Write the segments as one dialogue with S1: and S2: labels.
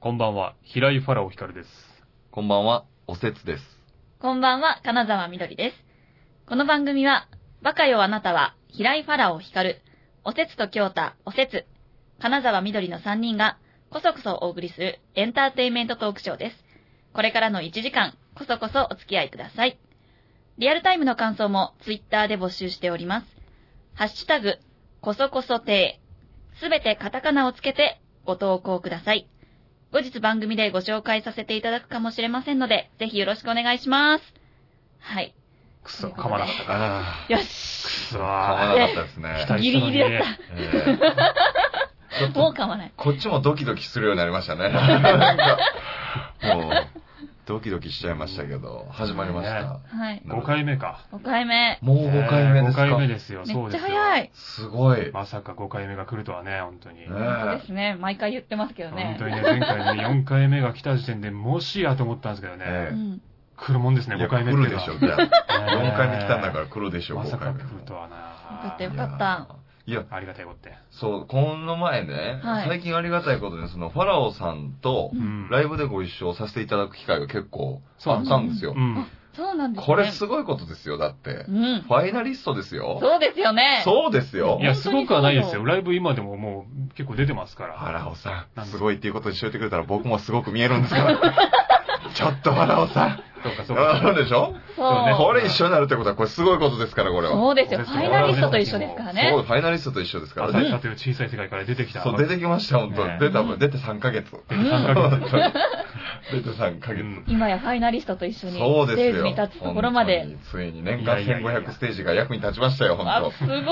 S1: こんばんは、平井ファラオヒカルです。
S2: こんばんは、おせつです。
S3: こんばんは、金沢みどりです。この番組は、バカよあなたは、平井ファラオ光る、おせつと京太、おせつ、金沢みどりの3人が、こそこそお送りするエンターテインメントトークショーです。これからの1時間、こそこそお付き合いください。リアルタイムの感想も、ツイッターで募集しております。ハッシュタグ、こそこそていすべてカタカナをつけて、ご投稿ください。後日番組でご紹介させていただくかもしれませんので、ぜひよろしくお願いします。はい。
S1: くそ、噛まなかったか。
S2: あ
S3: よ
S1: く
S3: し。
S1: そ
S2: あ、噛まなかったですね
S1: 期。待したのに
S3: ギリギリだっ
S1: ね。
S2: ええちょっ
S3: もう
S2: と、
S3: 噛まない。
S2: こっちもドキドキするようになりました ね。なんかもう、ドキドキしちゃいましたけど、始まりました。
S3: はい。
S1: 5回目か。
S3: 5回目。
S2: もう5回目ですか。
S1: ね5回目ですよ、
S3: め
S1: そう
S3: っ
S1: で
S3: ちゃ
S1: すよ。
S3: 早い。
S2: すごい。
S1: まさか5回目が来るとはね、本当に。
S2: ね
S3: そうですね。毎回言ってますけど
S1: 本
S3: ね
S1: 当。にね、前回ね、4回目が来た時点でもしやと思ったんですけどね、
S2: え
S3: うん。
S1: 来るもんですね、
S2: いや
S1: 5回目っ
S2: 来
S1: ていう
S2: るで
S1: のは
S2: しょ、じゃあ。
S1: ね
S2: 4回目来たんだから来るでしょ、
S1: まさ
S2: 5
S1: か
S2: 回
S1: 来
S2: 目
S1: る
S2: も。
S1: とはな。
S3: よかったよ
S2: い
S3: か
S2: や
S3: った。
S2: いや、
S1: ありがたいことって。
S2: そう、この前ね、
S3: はい
S2: 最近ありがたいことに、その、ファラオさんと
S3: う、
S1: ん
S2: ライブでご一緒させていただく機会が結構
S1: そう
S2: あ
S1: な
S2: っ
S1: ん
S2: たんですよ
S1: う。ん
S3: あ。そうなんですね。
S2: これすごいことですよ、だって
S3: う。ん
S2: フ。ァイナリストですよ。
S3: そうですよね。
S2: そうですよ
S1: い。や、
S3: 本
S1: す
S3: 当に
S1: ごくはないです
S3: そ
S1: よ。
S3: う
S1: ライブ今でももう結構出てますから。
S2: ファラオさ
S1: なん
S2: ん、
S1: です
S2: ごいっていうことにしといてくれたら僕もすごく見えるんですから。 ちょっとファラオさん。
S1: そうか、そう
S2: あ
S1: か。
S2: るでしょ
S1: そうね
S3: そ
S2: これ一緒になるってことは、これすごいことですから、これ
S3: う。
S2: は。
S3: そうですよ。
S1: そう
S3: フ
S1: ですよ
S3: ァイナリストと一緒ですか
S2: す
S3: ら
S2: ご
S3: ね。
S2: い、ファイナリストと一緒ですから
S1: 与え
S2: ね。
S1: たという小さい世界から出てきた。
S2: そう、出てきました、本当
S1: ね
S2: 出た、出て3ヶ月。
S1: 出て3ヶ月。
S2: 出て3ヶ
S1: う
S2: 月。
S1: ん
S3: 今やファイナリストと一緒に、
S2: そう
S3: ス
S2: です
S3: テージ
S2: よ。
S3: に立つところまで。
S2: 本当についに年
S1: いや
S2: 間
S1: いやいやいや
S2: 1500ステージが役に立ちましたよ、
S3: あ
S2: 本、
S3: すごい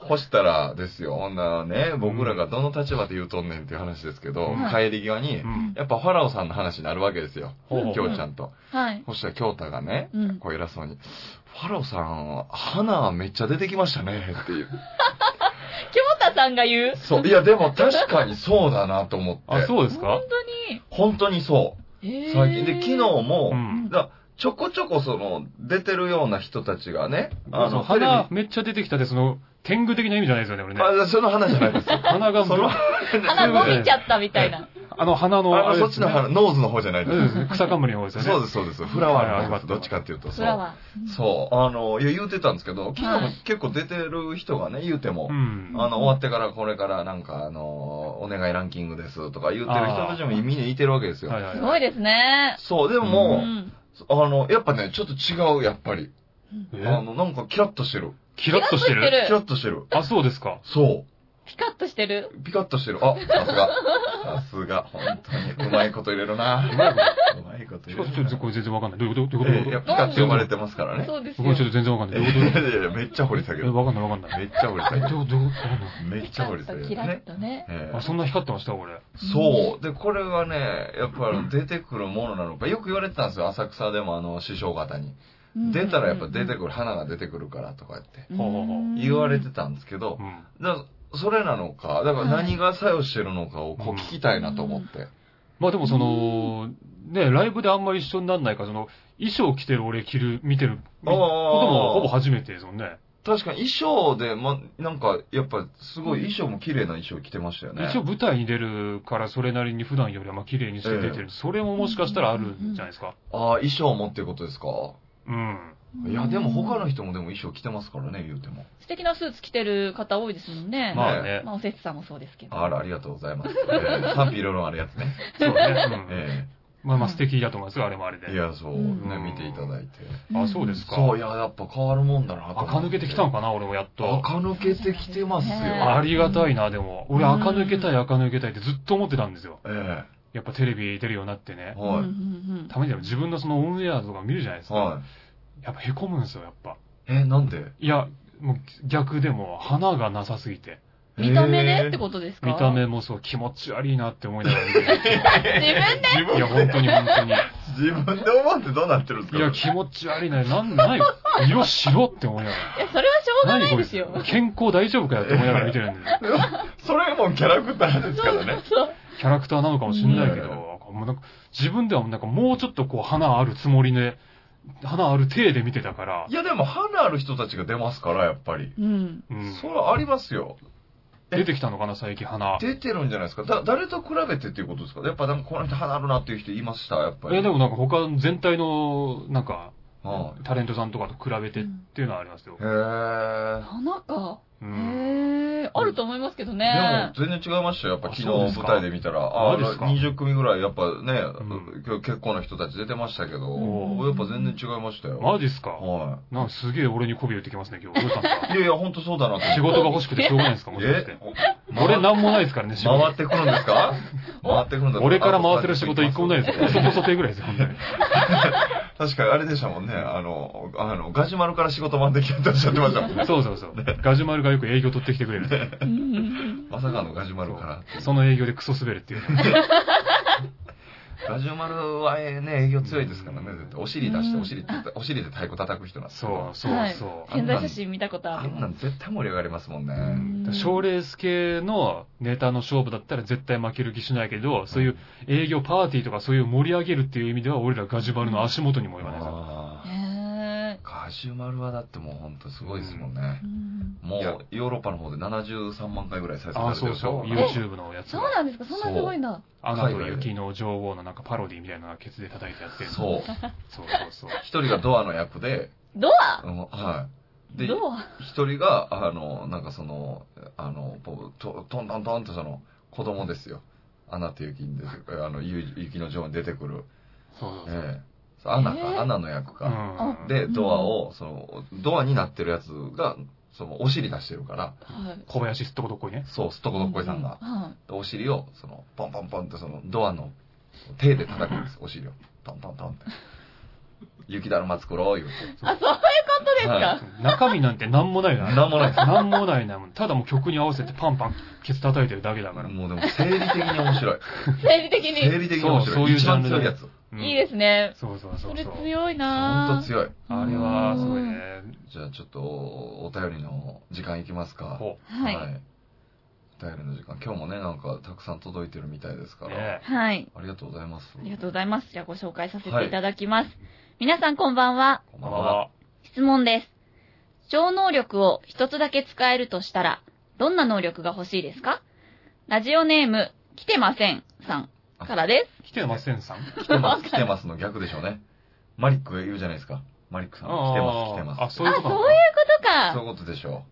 S2: 当。ほしたらですよ、ほんなね、僕らがどの立場で言うとんねんっていう話ですけど、
S3: うん
S2: 帰り際に
S1: う、ん
S2: やっぱファラオさんの話になるわけですよ。
S1: ほうほう
S2: きょうちゃんと。
S3: はい。
S2: ほしたらきょうたがね、
S3: うん。
S2: こう偉そうに、ファラオさん、花めっちゃ出てきましたね、っていう。
S3: 京太さんが言う
S2: そう、いやでも確かにそうだなと思って。
S1: あ、そうですか
S3: 本当に。
S2: 本当にそう。
S3: えー
S2: 最近。で、昨日も、
S1: うん。
S2: だちょこちょこその、出てるような人たちがね、
S1: あ
S2: あ
S1: の、
S2: の、テレビ
S1: 花、めっちゃ出てきたって、その、天狗的な意味じゃないですよね、俺ね。
S2: あ、その話じゃないです。
S1: 花が、
S2: その、
S3: 花
S1: ご
S3: 伸びちゃったみたいな。
S1: あの、花の、
S2: あ
S1: あ
S2: の、
S1: れ
S2: そっちの花、ノーズの方じゃないで
S1: う
S2: す。
S1: ん草冠の方ですよね。
S2: そうです、そうです。フラワーの方
S1: はいはい
S2: どっちかっていうと、
S3: フ
S2: そ
S3: ラ
S2: う。
S3: ワ
S2: そう、あの、いや、言うてたんですけど、昨日
S3: は
S2: も
S3: い
S2: 結構出てる人がね、言うても
S1: う、ん。
S2: あの、終わってからこれからなんか、あの、お願いランキングですとか言うてる人たちもみんないてるわけですよ。
S1: はいは
S3: ー。
S1: い
S3: す
S1: は
S3: ごいですね。
S2: そう、で
S3: う
S2: も、
S3: ん。
S2: あの、やっぱね、ちょっと違う、やっぱり。あ
S1: え
S2: の、なんかキラッとしてる。
S1: キラッとして
S3: キラッ
S1: る
S2: キラッとしてる。
S1: あ、そうですか。
S2: そう。
S3: ピカッとしてる。
S2: ピカッとしてる。あ、さすが。さすが。本当に。うまいこと入れるな。うまいこと
S1: ち
S2: 入
S1: ょ
S2: れ
S1: っと
S2: る
S1: ちょ
S2: な。
S1: これ全然わかんない。どういうことどういう
S2: え
S1: こ
S2: え
S1: と
S2: いや、ピカって呼ばれてますからね。
S3: そうです
S1: 僕も
S3: よ
S1: ちょ。っと全然わかん
S2: い
S1: な
S2: や
S1: い。
S2: い
S1: どういうこ
S2: やいや、めっちゃ掘り下げ
S1: とえ、
S2: る。
S1: わかんないわかんない。
S2: めっちゃ掘り下
S1: え
S2: げる。
S1: どう、どう、わかんない
S2: めっちゃ掘り
S3: ピカ
S2: 下
S3: ッ
S2: げる。
S3: とキラ
S2: ね
S3: ッ。とね。
S2: ええ
S1: あ、そんな光ってました俺。
S2: そう。で、これはね、やっぱり出てくるものなのか、よく言われてたんですよ、浅草でもあの、師匠方に。出たらやっぱ出てくる、花が出てくるからとか言って
S3: く
S1: ほうほうほう
S2: 言われてたんですけど
S1: う、ん。
S2: だそれなのか、だから何が作用してるのかをこう聞きたいなと思って。
S1: まあでもその、ね、ライブであんまり一緒になんないから、その、衣装着てる俺着る、見てる、こともほぼ初めてですもんね。
S2: 確かに衣装で、ま、なんか、やっぱ、すごい衣装も綺麗な衣装着てましたよね。
S1: 一応舞台に出るからそれなりに普段よりはまあ綺麗にして出てる。それももしかしたらあるんじゃないですか。
S2: ああ、衣装もってことですか
S1: うん。
S2: いや、でも他の人もでも衣装着てますからね、言うても。
S3: 素敵なスーツ着てる方多いですもんね。
S1: まあね。
S3: まあ、おせつさんもそうですけど。
S2: あら、ありがとうございます。えー賛否いろいろあるやつね。
S1: そうね。うん
S2: え
S1: まあまあ素敵だと思いますよ、あれもあれで
S2: え。い。や、そう、
S3: うん
S2: ね、見ていただいて。
S1: あ、そうですか。
S2: そう、いや、やっぱ変わるもんだなと思って。
S1: 垢抜けてきたのかな、俺もやっと。
S2: 垢抜けてきてますよ。
S1: ありがたいな、でも。俺、垢抜けたい、垢抜けたいってずっと思ってたんですよ。
S2: え
S1: やっぱテレビ出るようになって
S2: え
S1: ね。
S3: うんうん
S2: はい。
S3: うん。
S1: たまには自分のそのオンエアとか見るじゃないですか。
S2: はい。
S1: やっぱ凹むんですよ、やっぱ。
S2: え、なんで
S1: いや、もう逆でも、花がなさすぎて。
S3: 見た目でって
S2: こ
S3: ことですか
S1: 見た。目もそう、気持ち悪いなって思いながら見てる。
S3: 自分で
S2: 自
S1: いや、
S2: 分、
S1: 本当に本当に。い
S2: 自分で思ってどうなってるんですか
S1: や、気持ち悪いな、なんない色白って思いながら。
S3: いや、それはしょうがないですよ。
S1: 何これ健康大丈夫かよって思いながら見てるんで。
S2: それもキャラクターですから ね。
S3: そう。
S1: キャラクターなのかもしれないけど、
S2: うん
S1: もうなんか自分ではなんかもうちょっとこう花あるつもりで、花ある体で見てたから
S2: い、やでも、花ある人たちが出ますから、やっぱり。
S3: うん。
S1: うん、
S2: それはありますよ。え
S1: 出てきたのかな、最近花。
S2: 出てるんじゃないですかだ誰と比べてっていうことですかやっぱなんかこの人花あるなっていう人いましたやっぱり。
S1: え、でもなんか他全体の、なんか、
S2: は
S1: タレントさんとかと比べてっていうのはありますよ
S2: い。。へえ。
S3: 花か。
S1: う
S3: へ
S1: ん。
S3: え、あると思いますけど
S2: で
S3: ね
S2: も。全然違いましたよ。やっぱ
S1: あ
S2: 昨日
S1: そうです
S2: 舞
S1: か
S2: 台で見たら、
S1: そうですか
S2: 20組ぐらいやっぱね、
S1: ん
S2: 今日結構な人たち出てましたけど、
S1: お
S3: ー
S2: やっぱ全然違いましたよ。
S1: マジっすか
S2: は
S1: なんかすげえ俺に媚び売ってきますね、今日。どうしたんです
S2: い。いやいや、ほんとそうだなと
S1: か仕事が欲しくてしょうがないですか、もしかし
S2: え
S1: て。俺なんもないですからね、仕事。
S2: 回ってくるんで すか回ってくるんだ
S1: 俺から回せる仕事一個もないですよ。
S2: あ
S1: 細々定ぐらいですよ、ほんとに。
S2: 確かにあれでしたもんね。あの、あの、ガジュマルから仕事回ってきたっておっしゃってましたもんね。
S1: そうそうそう。ガジュマルがよく営業取ってきてくれるんで。
S3: うん
S2: まさかのガジュマルから。
S1: その営業でクソ滑るっていうね。
S2: ガジュマルはええね、営業強いですからね、絶対。お尻出して、
S3: うん
S2: お尻って、お尻で太鼓叩く人なんですけ
S1: そう
S2: ど
S1: そう
S3: はい
S1: そう。
S3: 潜在写真見たことあ
S2: あ
S3: る。
S2: んなん絶対盛り上がりますもんね。
S3: ん
S1: 賞レース系のネタの勝負だったら絶対負ける気しないけど、そういう営業パーティーとかそういう盛り上げるっていう意味では、俺らガジュバルの足元にも言わないか
S2: あー
S3: へえ。
S2: ガジュマルはだってもうほんとすごいですもんね。
S3: うん
S2: もうヨーロッパの方で73万回ぐらい再生
S1: ら。あ
S2: さ
S1: あ、
S2: れて
S1: そ
S2: る
S1: う
S2: でし
S1: そ
S2: ょ
S1: う。。YouTube のやつ
S3: そう。なんですかそんなすごいんだ。
S1: アナと雪の女王のなんかパロディみたいなのがケツで叩いてやってる。
S2: そう。
S1: そうそうそう。
S2: 一人がドアの役で、
S3: ドア
S2: うんはい。で、
S3: ドア
S2: 一人が、あの、なんかその、あの、こうとトントントンとその、子供ですよ。アナと雪に出てくる、あの、ゆ雪の女王に出てくる。
S1: そうそうそう。
S2: ええアナか、
S3: ええ
S2: アナの役
S1: う
S2: か。
S1: ん。
S2: で、ドアを、その、ドアになってるやつが、その、お尻出してるから、
S3: はい。
S1: 小林すっとこどっこいね。
S2: そう、すっとこどっこいさんが、
S3: は
S2: お尻を、その、ポンポンポンって、その、ドアの手で叩くん です、お尻を。トントントンって。雪だるま作ろう、言う
S3: い。あ、そういうことです
S2: は
S3: か
S1: 中身なんてなんもない
S2: て。
S1: な。
S2: なんもないです。
S1: なんもないな。ただもう曲に合わせてパンパンケツ叩いてるだけだから。
S2: もうでも、生理的に面白 い。
S3: 生理的
S2: 生
S3: に。
S2: 理的に
S1: そ
S2: 面
S1: う
S2: 白い。
S1: そういう
S2: 一
S1: ジャ
S2: 番
S1: ンルだ
S2: 強
S1: ね
S2: いやつ。
S1: うん
S3: いいですね。
S1: そうそうそ
S3: そうれ
S1: そう。
S3: 強
S2: ほ
S3: い
S2: ん
S3: な
S2: と強い。
S1: あれはすごいね。
S2: じゃあ、ちょっと、お便りの時間いきますか。
S1: こ
S3: はい。
S2: お便りの時間。今日もね、なんか、たくさん届いてるみたいですか
S1: う。
S2: ら。
S1: ね
S3: はい。
S2: ありがとうございます。
S3: ありがとうございます。じゃあご紹介させていただきます。皆さんこんばんは。
S2: こんば
S1: ま
S2: んは。
S1: あ、
S3: 質問です。超能力を一つだけ使えるとしたら、どんな能力が欲しいですかラジオネーム、来てませんさんからで
S1: 来てませんさん。来
S2: 来てます、来てますの逆でしょうね。マリックが言うじゃないですか。マリックさん、来てます、来てます。
S1: あ、そういうことなの
S3: あそういうす。と
S2: そう
S3: か、
S2: いうことでしょ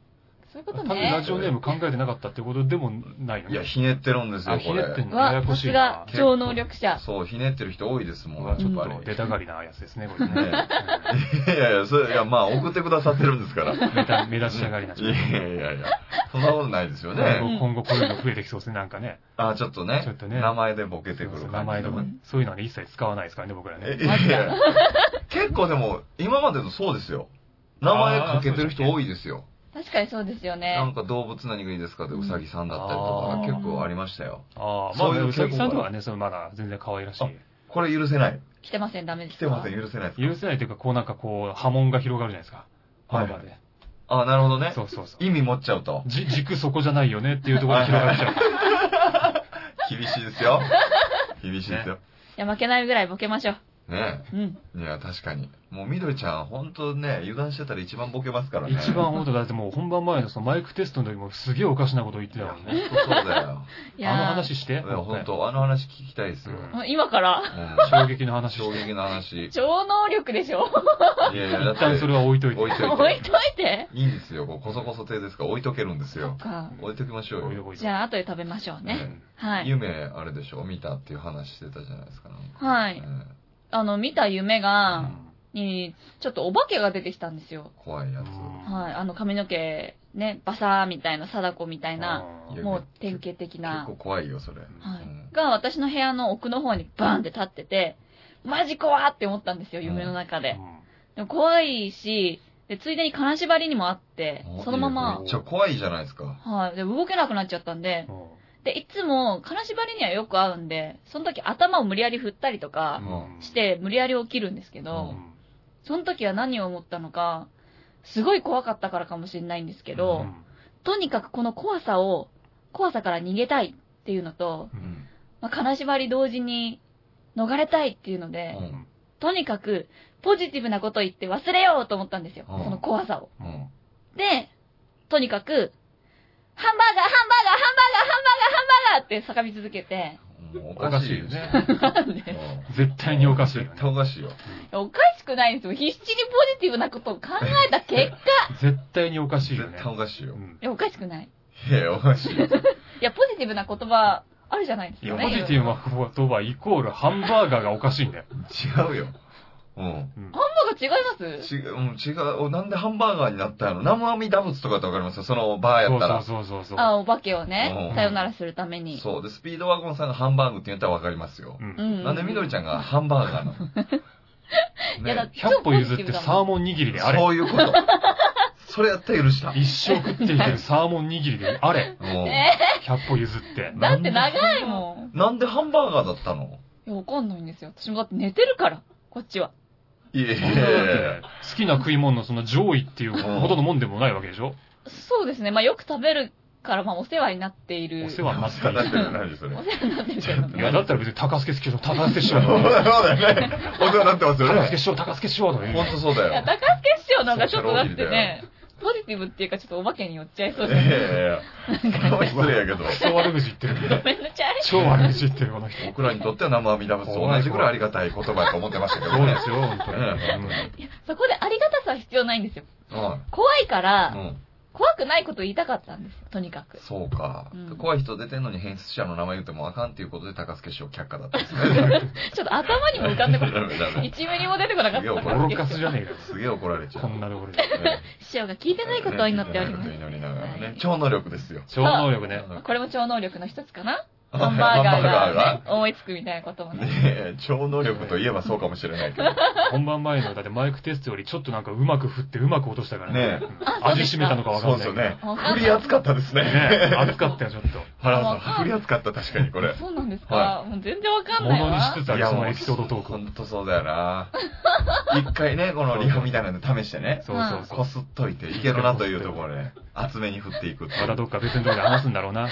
S3: そういうこと
S1: 単にラ
S3: ね。
S1: ジオネーム考えてなかったってことでもないの
S2: う。いや、
S1: ね。
S2: ひねってるんです
S1: あ、
S2: よ、
S1: ひ
S2: こ
S1: ね
S2: れ。
S1: ってんのやや
S3: わ、
S1: こ
S3: さ
S1: しい
S3: す
S1: な
S3: が。、
S2: 結構
S3: 超能力者。
S2: そう、ひねってる人多いです
S1: う
S2: も
S1: わ
S2: ん、
S1: ち
S2: ち
S1: ょ
S2: ょっ
S1: っ
S2: とあ
S1: と
S2: れ。
S1: 出たがりなやつですね、これね。
S2: ね いやいや、それ、いや、まあ、送ってくださってるんですから。い
S1: 目立 目立ちたがりな。ちょ
S2: や
S1: っ
S2: いやいやいや、そんなことないですよ
S1: と
S2: ね。
S1: 今後、今後こういうの増えてきそうですね、なんかね。
S2: あ、ちょっとね、
S1: ちょっとね
S2: 名前でボケてくる
S1: 名
S2: 感
S1: 前
S2: じ
S1: とか
S2: の。
S1: ね、そういうのはね一切使わないですからね、僕ら
S2: え
S1: ね。
S2: いやいや結構でも、今までのそうですよ。名前かけてる人多いですよ。
S3: 確かにそうですよ
S2: な
S3: ね。
S2: んか動物何がいいですかで、
S3: うん
S2: ウサギさんだったり
S1: あ
S2: と
S1: ー
S2: か、結構ありましたよ。
S1: ああ、ま
S2: そ
S1: あ
S2: うい
S1: ね、
S2: う傾向
S1: うさぎさんとかはね、そのまだ全然可愛らしい。
S2: これ許せない。
S3: 来てません、ダメです
S2: 来
S3: か。
S2: てません、許せないです。
S1: 許せないというか、こうなんかこう、波紋が広がるじゃないですか。この場で。
S2: あ、なるほどね。
S1: そうそうそう。
S2: 意味持っちゃうと。
S1: じ、軸そこじゃないよねっていうところに広がっちゃう。
S2: 厳しいですよ。厳しいですよ。
S3: いや、負けないぐらいボケましょう。
S2: ね
S3: うん。
S2: え。いや、確かに。もう、みどりちゃん、ほんとね、油断してたら一番ボケますからね。
S1: 一番本当だってもう本番前のそのマイクテストの時もすげえおかしなこと言って
S2: い
S1: た
S2: や、
S1: も
S2: ほ
S1: ん
S2: ん
S1: ね。
S2: とそうだよ。
S3: い
S1: あの
S3: やー
S1: 話して。
S2: いや、ほんと、あの話聞きたいですよ。
S1: うん
S3: あ今から、
S2: うん
S1: 衝撃の話
S2: 衝
S1: して。
S2: 撃の 話。い
S3: 超能力でしょ
S2: やいや、だ
S1: 一
S2: っ
S1: 旦そ
S2: て、
S1: れは置いといて。
S2: 置いと
S3: 置
S2: い
S3: い
S2: て。
S3: といて。
S2: いいんですよ。こうこそこそ亭ですから、置いとけるんですよ。
S3: か
S2: 置いときましょう
S1: 置い
S2: よ。
S1: といて
S3: じゃあ、後で食べましょうね。はい。
S2: 夢、あれでしょ、見たっていう話してたじゃないですか。なんか
S3: は
S2: う
S3: い。
S2: ん
S3: あの、見た夢
S1: う
S3: が、
S1: ん
S3: に、ちょっとお化けが出てきたんですよ。
S2: 怖いやつ。
S3: はい。あの髪の毛、ね、バサーみたいな、貞子みたいな、
S1: うん
S2: いや
S3: もう典型的
S2: 結
S3: な
S2: 構、怖いよ、それ。
S3: は
S2: うん
S3: い。が、私の部屋の奥の方にバーンって立ってて、マジ怖って思ったんですよ、夢の中で。でも怖いし、で、ついでに金縛りにもあって、そのまま
S2: めっ、ちゃ怖いじゃないですか。
S3: はい。で、動けなくなっちゃったんで
S1: う、ん
S3: で、いつも、金縛りにはよく合うんで、その時頭を無理やり振ったりとか
S1: うん
S3: して、無理やり起きるんですけ
S1: う
S3: ど、
S1: ん
S3: その時は何を思ったのか、すごい怖かったからかもしれないんですけど、
S1: うん
S3: とにかくこの怖さを、怖さから逃げたいっていうのと、
S1: う
S2: うんん
S3: まあ、金縛り同時に逃れたいっていうので、
S2: うん
S3: とにかくポジティブなこと言って忘れようと思ったんですよ。
S2: うん
S3: その怖さを。
S2: うん
S3: で、とにかく、ハンバーガー、ハンバーガー、ハンバーガー、ハンバーガー、ハンバーガーって叫び続けて、
S2: もうお
S1: お
S2: か
S1: かし
S2: しい
S1: い
S2: よ
S1: よ
S2: ね
S1: ね。
S3: なんで
S1: 絶対におかしいよね
S2: 絶対おかしいよ。
S3: おかしくないんですよ。必死にポジティブなことを考えた結果、
S1: 絶対におかしい
S2: 絶
S1: よね。
S2: 対おかしいよ
S1: う。ん
S3: いや、おかしくない。
S2: いや、おかしいよ。
S3: いや、ポジティブな言葉、あるじゃないです
S1: い
S3: か、
S1: や、
S3: ね。
S1: ポジティブな言葉イコールハンバーガーがおかしいんだよ。
S2: 違うよ。うん。
S1: うん
S3: ハンバーガー違います
S2: 違う、うん、違う。おなんでハンバーガーになったの生網打仏とかってわかりますよ。そのバーやったら。
S1: そうそうそうそう。
S3: あ、お化けをね
S2: う、ん
S3: さよならするために。
S2: そう。で、スピードワゴンさんがハンバーグって言ったらわかりますよ
S1: う。ん
S3: う。ん。
S2: なんでみどりちゃ
S3: ゃ
S2: んがハンバーガーなの
S3: いやだっ
S2: ね
S3: て
S1: 100歩譲ってサーモン握りであれ。
S2: そういうこと。それやったら許 した。
S1: 一生食っていけるサーモン握りであれ。
S2: も
S3: え
S1: 100歩譲 って
S3: ー、。だって長いも
S2: うなんでハンバーガーだったの
S3: ん。いや、わかんないんですよ。私もだって寝てるから、こっちは。
S2: いやい
S1: そんなわけ
S2: やいや
S1: 好きな食い物のその上位っていうほどのもんでもないわけでしょ
S3: そうですね。まあ、よく食べるから、まあ、お世話になっている。
S1: お世話になっ
S2: なって
S1: て
S2: る、何それ。
S3: お
S2: そう
S3: 世話になってるけど
S1: いや、だったら別に高助師匠、高助師 匠
S2: だ
S1: だよ。
S2: よね。お世話になってますよ
S1: 高助
S2: ね。
S1: 師匠、高助師匠だ
S2: ほん
S1: よ。
S2: とそう
S3: い
S2: だ
S3: や、
S2: よ。
S3: 高助師匠なんかちょっとだってね、ポジティブっていうかちょっとお化けに寄っちゃいそう
S2: い
S3: じゃ
S2: やい
S3: ない
S2: やいや。これは失礼やけど。
S1: 超悪口言ってるね。
S3: ごめんなさい。
S1: 超悪口言ってる、この人。
S2: 僕らにとっては生阿弥陀仏と同じぐらいありがたい言葉やと思ってましたけど
S1: そう
S2: ね
S1: で。すよ、本当に
S2: うん
S3: いやそこでありがたさは必要ないんですよ。
S2: うん
S3: 怖いから、
S2: うん。
S3: 怖くないこと言いたかったんですよ、とにかく。
S2: そうか
S3: うん。
S2: 怖い人出てんのに変質者の名前言ってもあかんっていうことで高助師匠却下だったんですね。
S3: ちょっと頭にも浮かんでこ
S2: ダ
S3: ない。
S2: メダメ
S3: 1ミリも出てこなかった
S2: いや
S1: うん。愚かすじゃねえよ。
S2: すげえ怒られちゃう。
S1: こんなところで。
S2: ね
S3: 師匠が聞いてないことを祈っております。
S2: 祈りながら
S3: は
S2: ね
S3: い。
S2: 超能力ですよ。
S1: 超能力ね。
S3: これも超能力の一つかな
S2: うん
S3: ハンバ
S2: ハン
S3: ーガー
S2: バー
S3: が
S2: ガ、ー
S3: ね、思いつくみたいなことも
S2: ね
S3: ね。
S2: え超能力といえばそうかもしれないけど。
S1: 本番前の、だってマイクテストよりちょっとなんかうまく振ってうまく落としたから
S2: ね
S1: ね。うん味しめたのかわ
S2: そ
S1: か
S2: うんで
S1: な
S2: す
S1: い
S2: よ
S1: けど。
S2: ね
S3: わかんな。い
S2: 振り熱かったですね。
S1: ね熱かったよ、ちょっと。
S2: 原
S3: わかん
S2: 田
S3: な
S2: さ
S3: い
S2: ん、振り熱かった、確かにこれ。
S3: そうなんですか、
S2: は
S3: もう全然わかんない
S1: ものに
S3: わ
S1: し。つつある、そのエピソードトーク
S2: ほ
S1: を。
S2: んとそうだよな。一回ね、このリハみたいなの試してね、
S1: そうそうそ
S2: こすっといて、いけるなというところで、厚めに振っていくっていう
S1: う。またどっか別のところで話すんだろうな。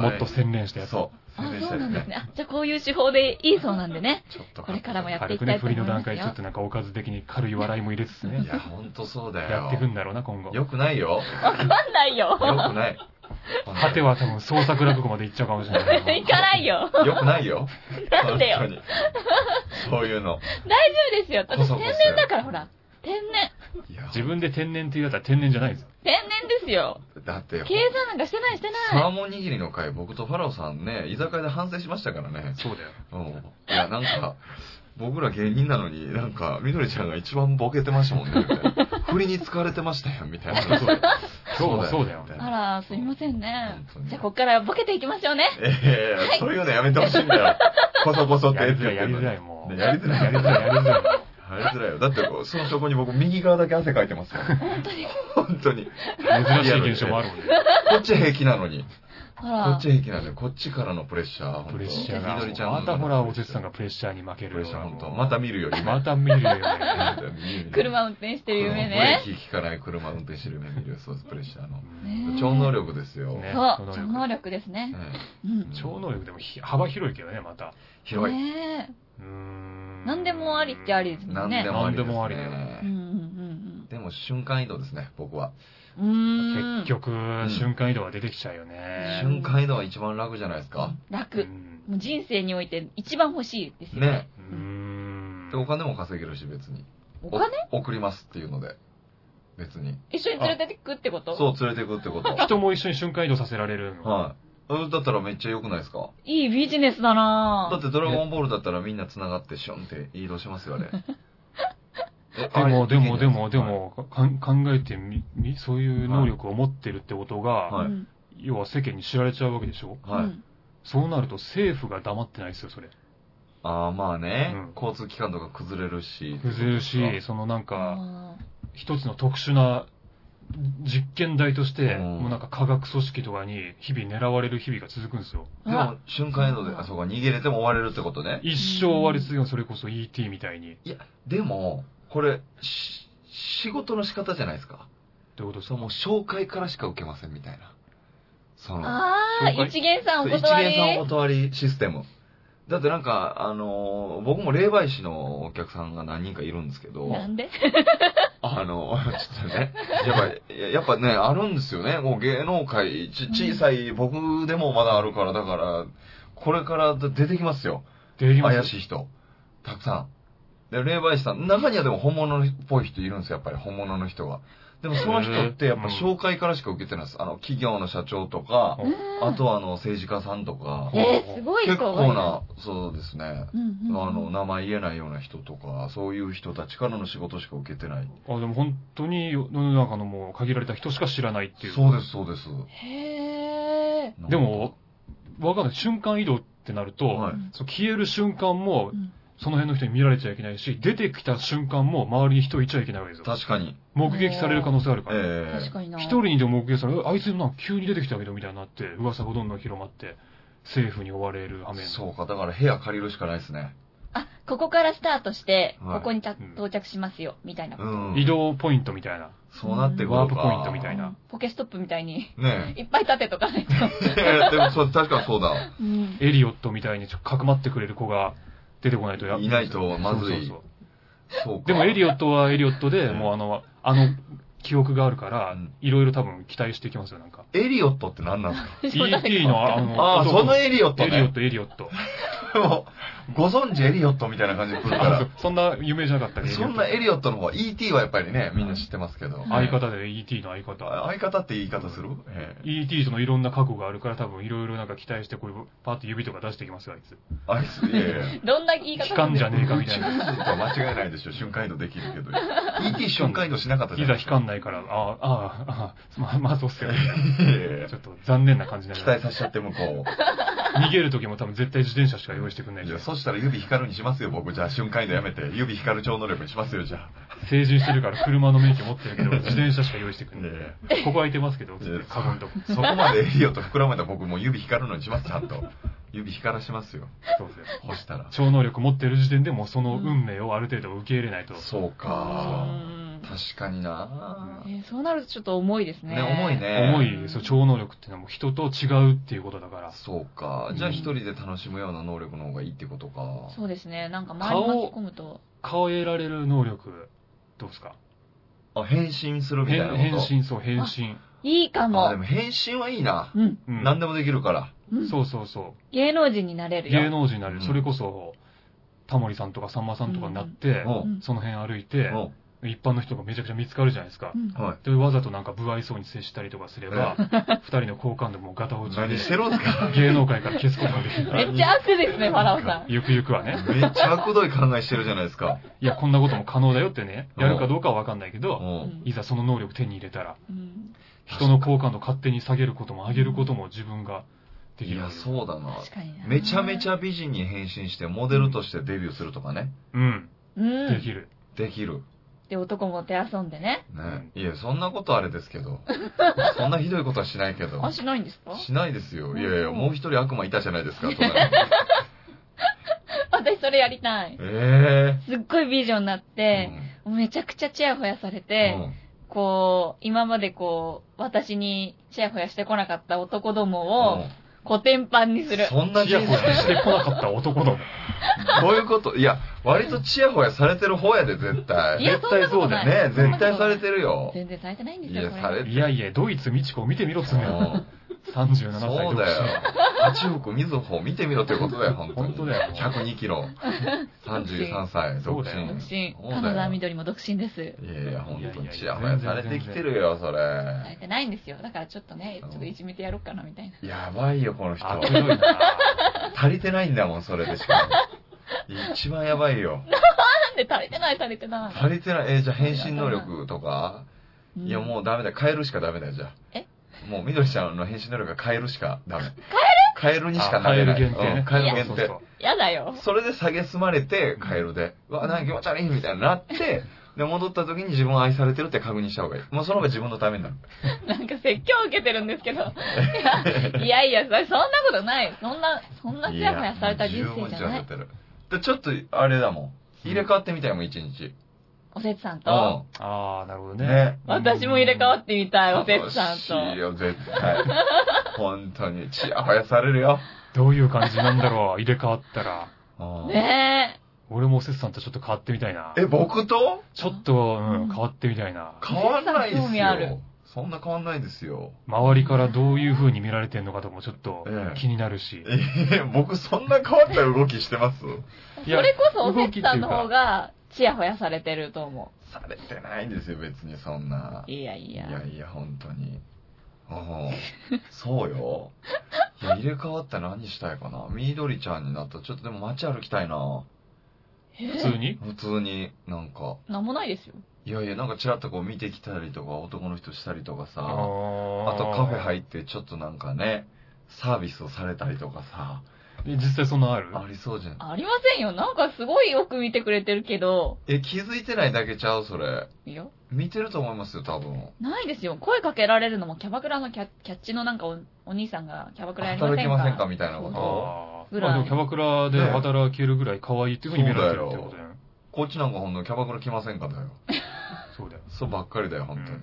S1: もっと洗練したやつ。
S2: そう。
S3: あ
S2: 宣伝、し
S3: そ
S2: た
S3: う
S2: い
S3: なん
S2: ね
S3: ですね。あじゃあこういう手法でいいそうなんでね。
S2: ちょっと
S3: これからもやって
S1: 軽
S3: いき
S1: く
S3: た
S1: ね、
S3: い
S1: 振
S3: と
S1: り
S3: 思い
S1: の段
S3: ますよ。
S1: 階ちょっとなんかおかず的に軽い笑いも入れつつ
S2: い
S1: ね。
S2: や、ほんとそうだよ。
S1: やってくんだろうな、今後。
S2: よくないよ。よ
S3: わかんないよ。
S2: くない。
S1: 果ては多分創作落語まで行っちゃうかもしれない
S3: 行。かないよ。
S2: よくないよ。
S3: なんでよ
S2: 本当にそういうの。
S3: 大丈夫ですよ。
S2: こ
S3: 私
S2: そ
S3: 天
S2: こそよ
S3: 然だから、ほら。天然。
S2: いや
S1: 自分で天然って言うやつは天然じゃないんですよ。
S3: 天然ですよ。
S2: だって、
S3: 計算なんかしてないして
S2: サ
S3: な
S2: ーモン握りの回、僕とファラオさんね、居酒屋で反省しましたからね。
S1: そうだよ。
S2: うん。いや、なんか、僕ら芸人なのに、なんか、みどりちゃんが一番ボケてましたもんね。みたいな振りに疲れてましたよ、みたいな。そう
S1: 今日もそうだよ
S2: みたい
S3: い。
S2: な
S3: あら、すいませんね
S2: 本当。に
S3: じゃあ、こっからボケていきましょうね。
S2: ええそういうのやめてほしいんだよ。こそこそって
S1: やり
S2: って
S1: づらい、やりづらい、
S2: や
S1: もう。
S2: ねやりづらい
S1: やりづらい、やりづらい。
S2: りづらいよ。だって、その証拠に僕、右側だけ汗かいてますよ。本当に。
S1: 珍しい現象もあるもんね。
S2: こっち平気なのに。
S3: ほ
S2: こ
S3: ら
S2: っち。平気なのに。こっちからのプレッシャー本当。
S1: プレッシャー
S2: みどりちゃん
S1: が。
S2: の
S1: またほら、お手さんがプレッシャーに負け
S2: プ
S1: る
S2: レ
S1: よ
S2: ッシ
S1: う
S2: ャー
S1: な。
S2: 本当。また見るよ、今
S1: また見るよね。
S2: 車
S3: 車運転してる夢
S2: ブレー
S3: ね。
S2: キ効かない車運転してる夢見るよ、そうです、プレッシャーの。
S3: ねえ
S2: 超能力ですよ。
S1: ね
S3: そう、
S1: 超
S3: 超
S1: 能力
S3: 能力です
S2: う
S3: ね。
S2: ん
S3: うん。
S1: 超能力でもひ幅広いけどね、また。
S2: 広い。
S3: ね
S1: うーん。
S3: 何でもありっちゃありですね
S2: 何でもありですね
S3: え。うんうん
S2: でも瞬間移動ですね、僕は。
S3: うんうん。うーん
S1: 結。局、瞬間移動は出てきちゃうよ
S3: うん
S1: ね。
S2: 瞬間移動は一番楽じゃないですか。
S1: う
S3: 楽。
S1: ん。
S3: もう人生において一番欲しいですよね
S2: ね。。
S1: うーん
S2: で、お金も稼げるし、別に。
S3: お金
S2: お送りますっていうので。別に。
S3: 一緒に連れてくってこと
S2: そう、連れてくってこと。
S1: 人も一緒に瞬間移動させられるの。
S2: はい。うんだったらめっちゃ良くないですか
S3: いいビジネスだな
S2: だってドラゴンボールだったらみんな繋がってシュンって移動しますよ、あれ。え
S1: でも、
S2: あ
S1: で
S2: れ
S1: も、でも、で
S2: きない
S1: も、か考えてみ、みそういう能力を持ってるってことが、
S2: は
S3: う
S2: い
S3: ん
S1: 要は世間に知られちゃうわけでしょ
S2: ですはい。
S3: うん
S1: そうなると政府が黙ってないですよ、それ。
S2: ああ、まあね、
S1: うん
S2: 交通機関とか崩れるし。
S1: 崩れるし、そのなんか、
S3: あ
S1: 一つの特殊な実験台として、
S2: うん
S1: もうなんか科学組織とかに日々狙われる日々が続くんですよ。
S2: で
S3: ーあ
S2: も、瞬間移動で、あ、そうか、逃げれても追われるってことね。
S1: 一生終わりすぎるそれこそ ET みたいに。っ
S2: でも、これ、し仕事の仕方じゃないですか。
S1: てことです
S2: そう、もう紹介からしか受けませんみたいな。その、
S3: あ
S1: そう
S3: ー、
S1: か
S3: 一元さんお
S2: そう一
S3: 断
S2: 元
S3: り。
S2: さんお断りシステム。だってなんか、あのー僕も霊媒師のお客さんが何人かいるんですけど、
S3: なんで
S2: あの、ちょっとね、やっぱ、ややっぱね、あるんですよね。もう芸能界、ち、小さい僕でもまだあるから、だから、これから出てきますよ。
S1: 出てきます
S2: 怪しい人。たくさん。で、霊媒師さん、中にはでも本物っぽい人いるんですよ、やっぱり本物の人が。でもその人ってやっぱ紹介からしか受けてないです。あの、企業の社長とか、あとはあの、政治家さんとか、
S3: えー、すごい
S2: 結
S3: 子
S2: 構な、そうですね。
S3: うん
S2: あ
S3: うんうん
S2: の、名前言えないような人とか、そういう人たちからの仕事しか受けてない。
S1: あ、でも本当に世の中のもう限られた人しか知らないっていう。
S2: そうです、そうです。
S3: へえ。
S1: でも、わかんない。瞬間移動ってなると、
S2: はい、
S1: その消える瞬間も
S3: うん、
S1: その辺の人に見られちゃいけないし、出てきた瞬間も周りに人いちゃいけないわけですよ。
S2: 確かに。
S1: 目撃される可能性あるから。
S2: え
S3: 確かにな。
S1: 一人にでも目撃される、えあいつなんか急に出てきたけどみたいになって、噂がどんどん広まって、政府に追われる
S2: え
S1: 羽目に
S2: そうか、だから部屋借りるしかないですね。
S3: あ、ここからスタートして、
S2: はい
S3: ここにた
S1: うん
S3: 到着しますよ、みたいな。
S2: うん。
S1: 移動ポイントみたいな。
S2: そうなってくるか。
S1: ワープポイントみたいな
S3: うんポケストップみたいに、
S2: ね
S3: いっぱい立てとかないと。
S2: え。でもそう、確かにそうだ。
S3: うん
S1: エリオットみたいにちょっとかくまってくれる子が出てこないとや
S2: いないとまずい
S1: そうそうそう
S2: そうか。
S1: でもエリ
S2: オ
S1: オットはエリオットで、
S2: うん
S1: もうあの、あの記憶があるから
S2: うん、
S1: いろいろ多分期待してきますよ、なん か。
S2: エリオットって何なん ですか
S1: E.T. のあの、
S2: ああ、
S1: 男
S2: そのエリオット
S1: エリオッ
S2: ね。
S1: ト、エリオット。
S2: もうご存知エリオットみたいな感じで来るか
S1: あ
S2: ら。
S1: そそんな有名じゃなかったけど。
S2: そんなエ
S1: リ
S2: リオットの方は、ET はやっぱりね、みんな知ってますけど。
S1: オット相方で E.T. の相方。
S2: 相方って言い方するええ
S1: E.T. とのいろんな過去があるから多分いろいろなんか期待してこういうパッと指とか出してきますよ、あいつ。
S2: あいつ、いやいや。
S3: どんな言い方
S1: 期間じゃねえかみたいな。
S2: ちょっと間違いないでしょ。瞬間移動できるけど。ET 瞬間移動しなかったじ
S1: い
S2: ゃ
S1: ざ
S2: ないですか。
S1: 光んないから、ああ、ああ、ああ、 まあ、まあそうっす よね。
S2: ええ
S1: ちょっと残念な感じにな
S2: 期
S1: る。
S2: 待させちゃって向こ
S1: 逃げる時も多分絶対自転車しか用意してくんな
S2: う。
S1: い
S2: い
S1: し
S2: や、、そしたら指光るにしますよ、僕。じゃあ瞬間移動やめて。指光る超能力にしますよ、じゃあ。
S1: 成人してるから車の免許持ってるけど、自転車しか用意してくんない
S2: ね。
S1: ここ空いてますけど、つって、カゴ のとこ。
S2: そこまでエリオと膨らめたら僕もう指光るのにします、ちゃんと。指光らしますよ。
S1: そうですよ。
S2: こうしたら。
S1: 超能力持ってる時点でもうその運命をある程度受け入れないと。
S2: そうか。確かにな
S3: うんえーそうなるとちょっと重いですね。
S2: ね、重い。ね。
S1: 重い、そう超能力っていうのはもう人と違うっていうことだから。
S2: そうか。じゃあ一人で楽しむような能力の方がいいってことか。
S3: そうですね。なんか周り巻き込むと。
S1: 顔得られる能力、どうですか
S2: あ、変身するみたいな
S1: 変
S2: こと。
S1: 変身、そう、変身。
S3: いいか
S2: あ、
S3: も
S2: で。も変身はいいな。
S3: うん。
S1: うん
S2: 何でもできるから。
S3: うん
S1: そうそうそう。
S3: 芸能人になれるよ。
S1: 芸能人になれる、
S2: うん
S1: それこそタモリさんとかさんまさんとかになって、
S2: うん
S3: うん
S1: その辺歩いて、
S2: うん
S1: 一般の人がめちゃくちゃ見つかるじゃないですか、
S3: うん
S2: はい。
S1: でわざとなんか不愛想に接したりとかすれば、 二人の好感度もガタ落ち
S2: 何して
S1: で
S2: るんすか
S1: 芸能界から消すことができる
S3: めっちゃ悪ですね、ファラオさん。
S1: ゆくゆくはね
S2: めっちゃくどい考えしてるじゃないですか。
S1: いやこんなことも可能だよってね
S2: うん
S1: やるかどうかは分かんないけ
S2: う
S1: ど、
S2: ん。
S1: いざその能力手に入れたら
S3: うん
S1: 人の好感度勝手に下げることも上げることも自分ができ
S2: い
S1: るわ
S2: や、
S1: けです
S2: そうだな。
S3: 確かにな
S2: めちゃめちゃ美人に変身して、モデルとしてデビューするとかね。
S1: うん
S3: う
S1: で
S3: ん
S1: き。る、
S2: できる。
S3: で、男も手遊んでね。
S2: ね。いや、そんなことあれですけ ど。そんなひどいことはしないけど
S3: あ、。しないんですか
S2: しないですよ。
S3: ん
S2: いやいや、もう一人悪魔いたじゃないですか、隣に
S3: 私それやりたい。
S2: え
S3: すっごい美女になっ
S2: え
S3: て、もうめちゃくちゃチヤホヤされて、
S2: うん
S3: こう、今までこう、私にチヤホヤしてこなかった男ども
S2: う
S3: を
S2: ん、
S3: コテンパンにする。
S2: そんな
S1: チ
S2: 人
S1: ヤホヤ して
S2: 生
S1: こなかった男 ども
S2: どういうこといや、割とチヤホヤされてる方やで、絶対。
S3: い
S2: ね
S3: や、そんなことない。
S2: え、
S3: そ
S2: 絶
S3: んなことない
S2: 対されてるよ。
S3: 全然されてないんです
S2: い
S3: よ、
S2: や、
S3: これ
S2: されて
S1: い
S2: る。
S1: やいやドイツ美智子を見てみろっつう
S2: う
S1: のよ
S2: ん
S1: 37歳
S2: そう
S1: 独
S2: だよ
S1: 身。
S2: あ中国、みずほ見てみろってこ とだよ、本当に。
S1: 本当だよ
S2: 102キロ、33歳、
S1: そ
S2: 独
S1: うだよ
S2: 身。
S3: 独身。
S2: そうだよ
S3: 金沢みどりも独身です。
S2: いやいや、本
S1: いやい
S2: 当
S1: やい
S2: に
S1: や
S2: チヤホヤされてきてるよ、そ
S3: され
S2: れ。
S3: てないんですよ。だからちょっとね、ちょっといじめてやろうかな、みたいな。
S2: やばいよ、この人。
S1: あ、黒いな。
S2: 足りてないんだもん、それでしかも。一番やばいよ。
S3: なんでされてない、されてな
S2: 足りてない。えじゃあ変身能力とか
S3: い。
S2: いや、
S3: うん。
S2: もうダメだよ。変えるしかダメだよ、じゃあ。
S3: え
S2: もう、みどりちゃんの変身能力が変えるしかダメ。変える変えるにしか
S1: あ
S2: な
S1: 買
S2: れ
S1: える
S2: ない。
S1: 限定
S2: う
S1: ね
S2: ん。変える限
S1: そうそうそ
S2: 定
S1: う。
S3: やだよ。
S2: それで下げすまれて、変えるで。うわ、なんか気持ち悪いみたいにな って、で、戻った時に自分を愛されてるって確認した方がいい。もうその方が自分のためになる。
S3: なんか説教受けてるんです けど。いやいやいや、そそんなことない。そんな、そんなチヤホヤされた人生じゃない
S2: や十分幸せ。てるで、ちょっと、あれだもん。入れ替わってみたいもん、一日。
S3: おせつさん
S2: う
S3: と。
S2: ん。
S1: あー、なるほど
S2: ね
S1: ね。
S3: 私も入れ替わってみたい、おせ
S2: 楽
S3: つさん
S2: しい
S3: と。
S2: よ、絶 対。本当に、ちやほやされるよ。
S1: どういう感じなんだろう、入れ替わったら。
S2: うん
S3: ねえ。
S1: 俺もおせつさんとちょっと変わってみたいな。
S2: え、僕と
S1: ちょっと、う
S3: うん
S1: ん、変わってみたいな。
S2: 変わんないで
S3: 興
S2: す
S3: 味ある
S2: よ。そんな変わんないですよ。
S1: 周りからどういう風に見られてんのかとかもちょっと
S2: ええ
S1: 気になるし。
S2: えー僕そんな変わった動きしてます
S1: い
S3: そ
S1: や
S3: れこそおせっさんの方が、ちやほやされてると思
S2: されてないんですよ、別にそんな
S3: う。。いやい
S2: い
S3: や。
S2: やいや、本当に。 ああ、そうよ。いや、入れ替わったら何したいかな。緑ちゃんになったら、ちょっとでも街歩きたいな。
S1: 普通に
S2: 普通に、なんか。
S3: なんもないですよ。
S2: いやいや、なんかちらっとこう見てきたりとか、男の人したりとか
S1: あ
S2: さ。あとカフェ入って、ちょっとなんかね、サービスをされたりとかさ。
S1: え実際そんなんある
S2: ありそうじゃん。
S3: ありませんよ。なんかすごいよく見てくれてるけど。
S2: え、気づいてないだけちゃうそれ。
S3: いや、
S2: 見てると思いますよ、多分。
S3: ないですよ。声かけられるのもキャバクラのキャキャッチのなんかおお兄さんがキャバクラやりませ
S2: 働
S3: んか
S2: けませんかみたいなこ
S3: そ
S2: と。
S1: あ
S3: ぐ
S1: ー
S3: らい
S1: あ。でもキャバクラで働けるぐらい可愛いっていう風に見られてるってことだよね。
S2: こっちなんかほんのキャバクラ来ませんかだよ。
S1: そうだよ。
S2: そうばっかりだよ、本当
S1: う
S2: に
S1: ん。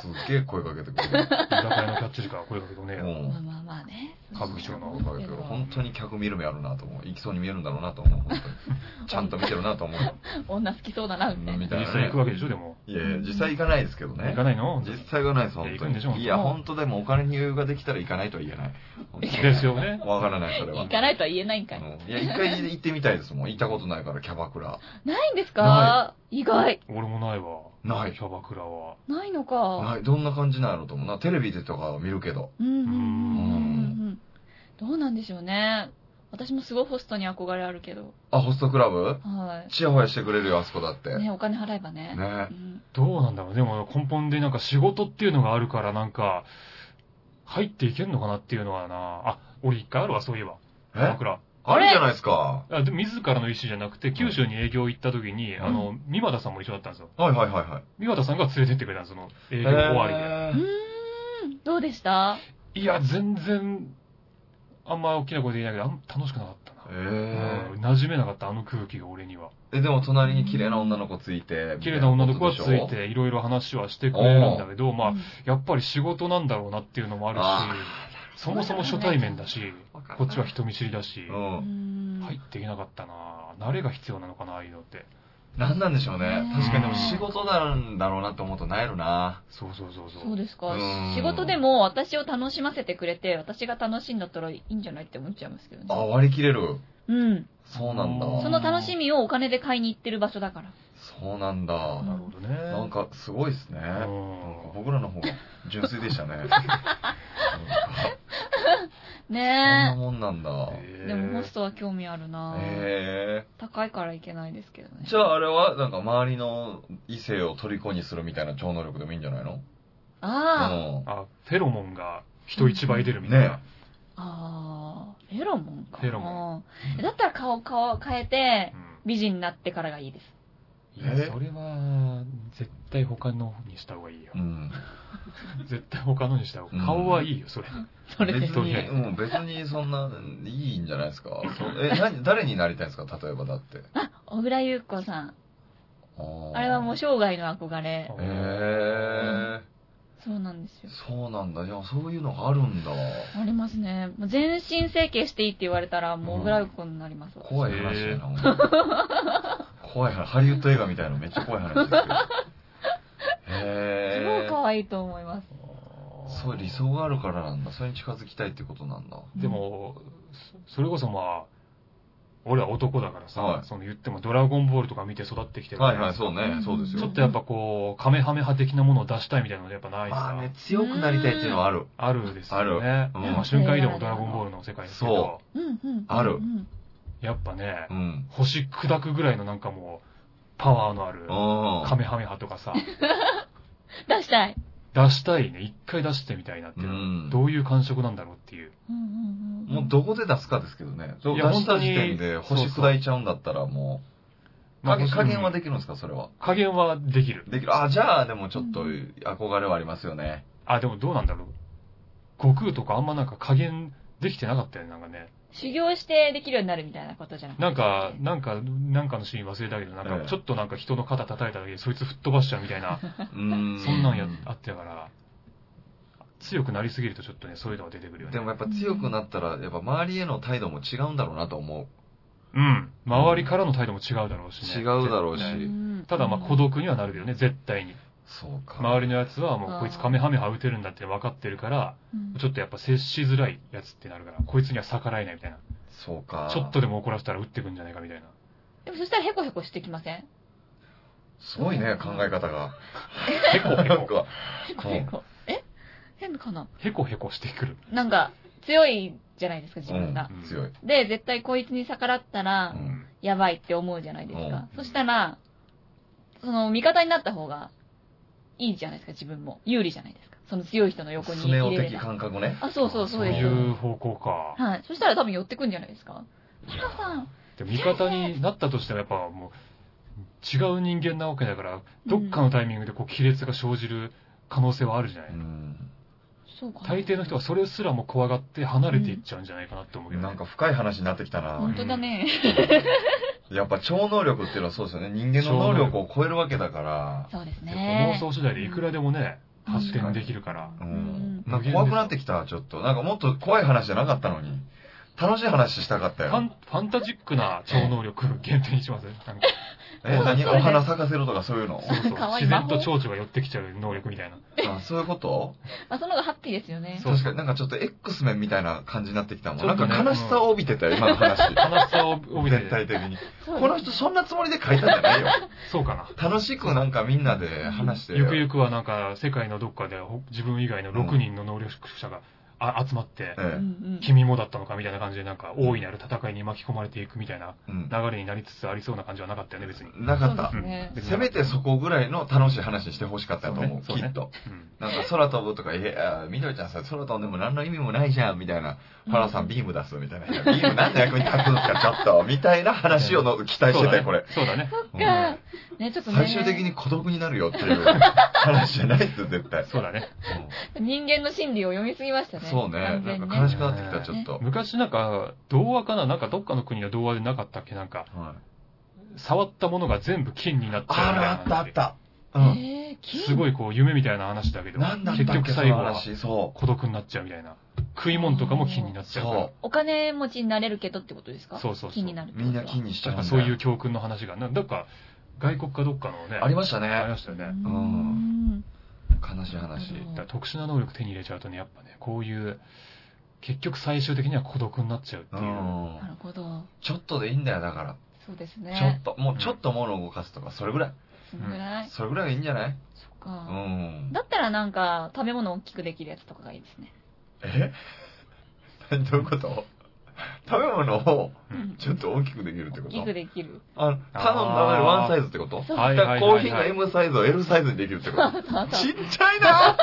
S2: すっげえ声かけてくる。
S1: 居酒屋のキャッチリから声かけどねえ
S2: う
S1: よ。
S2: ん。
S3: まあまあまあね。
S1: 歌舞伎町の
S2: 声かけてくる本当に客見る目あるなと思う。行きそうに見えるんだろうなと思う。本当にちゃんと見てるなと思う。
S3: 女好きそうだな、みたいな。
S2: みたい
S1: 実
S2: な
S1: 際
S2: ね
S1: 行くわけでしょ、でも。
S2: いやいや、実際行かないですけどね。
S1: 行かないの
S2: 実際行かないです、本
S1: 行
S2: 当
S1: くんでしょ本当
S2: に。
S1: に
S2: いや、本当でもお金に余裕ができたら行かないとは言えない。本当に
S1: ですよね。
S2: わからない、それは。
S3: 行かないとは言えないんかい。
S2: うんいや、一回行ってみたいですもん。行ったことないから、キャバクラ。
S3: ないんで
S2: な
S3: すか意外。
S1: 俺もないわ。
S2: ない
S1: キャバクラは。
S3: ないのか。
S2: はい、どんな感じなんやろと思うな。テレビでとかは見るけど。
S3: うんうんうんうんうん。どうなんでしょうね。私もすごいホストに憧れあるけど。
S2: あ、ホストクラブ
S3: は
S2: チヤホヤしてくれるよ、あそこだって。
S3: い。ね、お金払えばね。
S2: ね
S3: うん
S1: どうなんだろう。でも根本でなんか仕事っていうのがあるからなんか、入っていけんのかなっていうのはな。あ、俺一回あるわ、そういえば。キャ
S2: え
S1: バクラ。
S2: あるじゃないですか。
S1: あで自らの意思じゃなくて、九州に営業行った時に、
S2: うん
S1: あの、三和田さんも一緒だったんですよ。
S2: はいはいはいはい。
S1: 三和田さんが連れてってくれたんですその、営業終わりで。
S3: うーん。どうでした
S1: いや、全然、あんま大きな声で言えないけど、あん楽しくなかったな。
S2: えー
S1: うん馴染めなかった、あの空気が俺には。
S2: えでも隣に綺麗な女の子ついて。
S1: 綺麗な女の子はつ
S2: みたいなこ
S1: い
S2: とでし
S1: て、
S2: ょ。
S1: いろいろ話はしてくれるんだけど、まあ
S3: うん、
S1: やっぱり仕事なんだろうなっていうのもあるし、
S2: あ
S1: そもそも初対面だし、
S2: ーわかる
S1: こっちは人見知りだし、
S2: う。
S3: うんん
S1: 入っていけなかったな慣れが必要なのかな、ああいうのって。
S2: なんなんでしょうね
S3: ね。
S2: 確かにでも仕事なんだろうなって思うとないるな。
S1: そうそうそうそ
S3: そう
S1: う。
S3: ですか
S2: うーん。
S3: 仕事でも私を楽しませてくれて、私が楽しいんだったらいいんじゃないって思っちゃいますけど
S2: あ、
S3: ね。
S2: 割り切れる。
S3: うん。
S2: そうなんだ。
S3: その楽しみをお金で買いに行ってる場所だから。
S2: そうなんだ。
S1: なるほどね。
S2: なんかすごいですね。
S1: う
S2: なんか
S1: ん、
S2: 僕らの方が純粋でした ね。なんかそんな
S3: ね
S2: もんなんだ。
S3: え。でもホストは興味あるな
S2: へえ。
S3: 高いから行けないですけどね。
S2: じゃああれは、なんか周りの異性を虜にするみたいな超能力でもいいんじゃないの
S3: あ
S2: うん
S1: あ、フェロモンが人一倍出るみたいな
S2: ね。
S3: あ、ああ、フェロモンか。
S1: フェロモ
S3: ン。だったら顔、顔変えて
S1: う、ん
S3: 美人になってからがいいです。
S1: いや
S2: え
S1: それは、絶対他のにした方がいいよ
S2: う。ん。
S1: 絶対他のにした方が。顔はいいよ、それ。
S3: それで
S2: 別。
S1: とりあえ
S2: に、
S1: ず
S2: うん、別にそんな、いいんじゃないですか。そうえ、何、誰になりたいんですか例えばだって。
S3: あ、小倉優子さん。
S2: あ
S3: あれはもう生涯の憧れ。
S2: へえ、
S3: そうなんですよ。
S2: そうなんだ。いや、そういうのがあるんだ。
S3: ありますね。もう全身整形していいって言われたら、もう小倉優子になりますわ。
S2: 怖い話だな、ほんまに怖い話。ハリウッド映画みたいなめっちゃ怖い話ですけど。
S3: す
S2: へ
S3: ごい
S2: え。
S3: 可愛いと思います。
S2: そう、理想があるからなんだ。それに近づきたいってことなんだ。
S1: でも、そそれこそまあ、俺は男だからさ、
S2: はい
S1: その言ってもドラゴンボールとか見て育ってきてるから、
S2: はいはい、そうね。そうですよ。
S1: ちょっとやっぱこう、カメハメ派的なものを出したいみたいなのやっぱないです
S2: まあ
S1: か、
S2: ね、強くなりたいっていうのはある。
S1: あるですよ
S2: あ
S1: ね。
S2: るうん
S1: まあ、瞬間移動もドラゴンボールの世界ですけど
S2: そ、
S3: うんうん。
S2: ある
S3: うん
S1: やっぱね
S2: う、ん。
S1: 星砕くぐらいのなんかもう、パワーのある、
S2: うん。
S1: カメハメ派とかさ、
S3: 出したい。
S1: 出したいね、一回出してみたいなっていうのは、
S2: うん
S1: どういう感触なんだろうっていう。
S3: うんうんうん
S2: もうどこで出すかですけどね。出
S1: いや
S2: した時点で
S1: 本当に
S2: 星砕いちゃうんだったらもう、加減加減はできるんですか、それは。
S1: 加減はできる。
S2: できる。あ、じゃあ、でもちょっと
S3: う
S2: 憧れはあります よね。
S1: あ、でもどうなんだろう。悟空とかあんまなんか加減できてなかったよね、なんかね。
S3: 修行してできるようになるみたいなことじゃなくて。
S1: なんか、なんか、なんかのシーン忘れたけど、なん
S2: え
S1: か
S2: え
S1: ちょっとなんか人の肩叩いただけでそいつ吹っ飛ばしちゃうみたいな、
S2: う
S1: そ
S2: ん
S1: んなんや、あったから、強くなりすぎるとちょっとね、そういうのが出てくるよね。
S2: でもやっぱ強くなったら、やっぱ周りへの態度も違うんだろうなと思
S1: うん。周りからの態度も違うだろうしね。
S2: 違うだろうし
S1: 絶対
S3: ん
S1: ただまあ孤独にはなるよね、絶対に。
S2: そうか。
S1: 周りのやつはもうこいつカメハメハ打てるんだって分かってるから、
S3: うん
S1: ちょっとやっぱ接しづらいやつってなるから、こいつには逆らえないみたいな。
S2: そうか。
S1: ちょっとでも怒らせたら打ってくんじゃないかみ たいな。
S3: でもそしたらヘコヘコしてきません
S2: すごいね、考え方が。
S1: へこへ
S2: なん
S1: こ。
S2: か、
S3: ヘコヘコ。え変かな
S1: へこへこしてくる。
S3: なんか、強いじゃないですか、自
S2: う
S3: 分
S2: ん
S3: が。
S1: うん、
S2: 強い。
S3: で、絶対こいつに逆らった
S2: う
S3: ら、
S2: ん。
S3: やばいって思うじゃないですか。
S1: うん
S3: そしたら、その、味方になった方が、いいじゃないですか、自分も。有利じゃないですか。その強い人の横に
S2: ス
S3: 入
S2: ネ
S3: れ
S2: 夫
S3: れ
S2: 的
S3: ば。
S2: 感覚ね。
S3: あ、そうそう、そうです
S1: い
S3: よ。
S1: う方向か。
S3: はい。そしたら多分寄ってくんじゃないですか。ヒロさん。
S1: でも味方になったとしてもやっぱもう違う人間なわけだから、どっかのタイミングでこう亀裂が生じる可能性はあるじゃない、
S2: うん。
S3: そうかな。
S1: 大抵の人はそれすらも怖がって離れていっちゃうんじゃないかなって思うけど、ね
S2: なんか深い話になってきたな。
S3: 本当だね。
S2: やっぱ超能力っていうのはそうですよね。人間の能力を超えるわけだから。
S3: そうです
S1: で
S3: ね。
S1: こう妄想次第でいくらでもね、
S3: うん
S1: 発展できるから。
S2: う
S3: うん
S2: ん。なんか怖くなってきた、ちょっと。なんかもっと怖い話じゃなかったのに。楽しい話したかった
S1: ファン
S2: よ。
S1: ファンタジックな超能力限定にしますなんか
S2: え、何
S3: そうです
S2: お花咲かせるとかそういうの
S1: そうそう
S3: かわいい
S1: 自然と蝶々が寄ってきちゃう能力みたいな。
S2: あ、そういうこと
S3: まあ、その方がハッピーですよね。
S1: そう
S2: 確かになんかちょっと X 面みたいな感じになってきたもん。
S1: ちょ
S2: な
S1: っ
S2: ん
S1: と
S2: か
S1: ね
S2: 悲しさを帯びてたよ、今の話。
S1: 悲しさを 帯び
S2: 全体
S1: て、
S2: 的に。
S3: そう
S2: この人そんなつもりで書いたんじゃないよ。
S1: そうかな。
S2: 楽しくなんかみんなで話して。
S1: ゆくゆくはなんか世界のどっかでほ自分以外の6人の能力者が、あ集まって、
S3: う
S2: え
S3: ん
S2: え
S3: うん
S1: 君もだったのかみたいな感じで、なんか大いなる戦いに巻き込まれていくみたいな
S2: うん。
S1: 流れになりつつありそうな感じはなかったよね、別に。
S2: なかった
S3: そう。ですね
S1: うん
S2: せめてそこぐらいの楽しい話してほしかったと思
S1: そ
S2: う、
S1: うねそう
S2: き
S1: ね
S2: っと。
S1: うん
S2: なんか空飛ぶとか、いや、みどりちゃんさ、空飛んでも何の意味もないじゃん、みたいな。原さんビーム出す、みたいな。いやビームなんで役に立つんですか、ちょっと。みたいな話をの期待してたよ、これ。
S1: そうだね。
S3: そっか。ね、ちょっとね。
S2: 最終的に孤独になるよっていう話じゃないですよ、絶対。
S1: そうだ ね。
S3: 人間の心理を読みすぎましたね。
S2: そうね。
S3: 完全
S2: なん
S3: にね
S2: か悲しくなってきた、ちょっと。
S1: 昔なんか、童話かななんかどっかの国の童話でなかったっけなんか、
S2: はい
S1: 触ったものが全部金になっちゃうみたいな
S2: あら、あ
S1: 話
S2: った、あった。うん。
S3: えー、金
S1: すごいこう、夢みたいな話だけど、
S2: なんだった
S1: 結
S2: っ
S1: 局
S2: け、そ
S1: 最
S2: の
S1: 後は
S2: 話。そ
S1: 孤独になっちゃうみたいな。食い物とかも金になっ
S2: う。
S1: ちゃうから
S2: そ。
S3: お金持ちになれるけどってことですか
S1: そうそうそう
S3: 金になるっ
S2: う。
S3: てこ
S2: み
S3: と
S2: ん
S3: は
S2: な金にしちゃ
S1: なん
S2: うんだ
S1: か
S2: よ
S1: そういう教訓の話が、などっか、外国かどっかのね、
S2: ありました
S1: あり
S2: ね
S1: ま。したよね。
S3: う
S2: 悲しい話。
S3: うん
S1: だから特殊な能力手に入れちゃうとね、やっぱね、こういう、結局最終的には孤独になっちゃうって
S2: う
S1: いう。うん
S2: ん
S3: な。るほど。
S2: ちょっとでいいんだよ、だから。
S3: そうです
S2: ちょっ
S3: ね。
S2: と、もうちょっと物を動かすとか、それぐらい。
S3: そのぐらい。
S2: それぐらいがいいんじゃない
S3: そっ
S2: う
S3: か。
S2: ん。
S3: だったらなんか、食べ物を大きくできるやつとかがいいですね。
S2: え どういうこと食べ物を
S3: うん
S2: ちょっと大きくできるってこと
S3: 大きくできる。
S2: あの、
S1: あー
S2: 頼んだのにワンサイズってこと
S3: そう
S1: はい
S2: だ
S1: は
S2: か
S1: い
S2: ら
S1: はいは
S2: コー
S1: い
S2: ヒーが M サイズを L サイズにできるってこ
S3: そう
S2: と
S3: そうそう。
S2: ちっちゃいな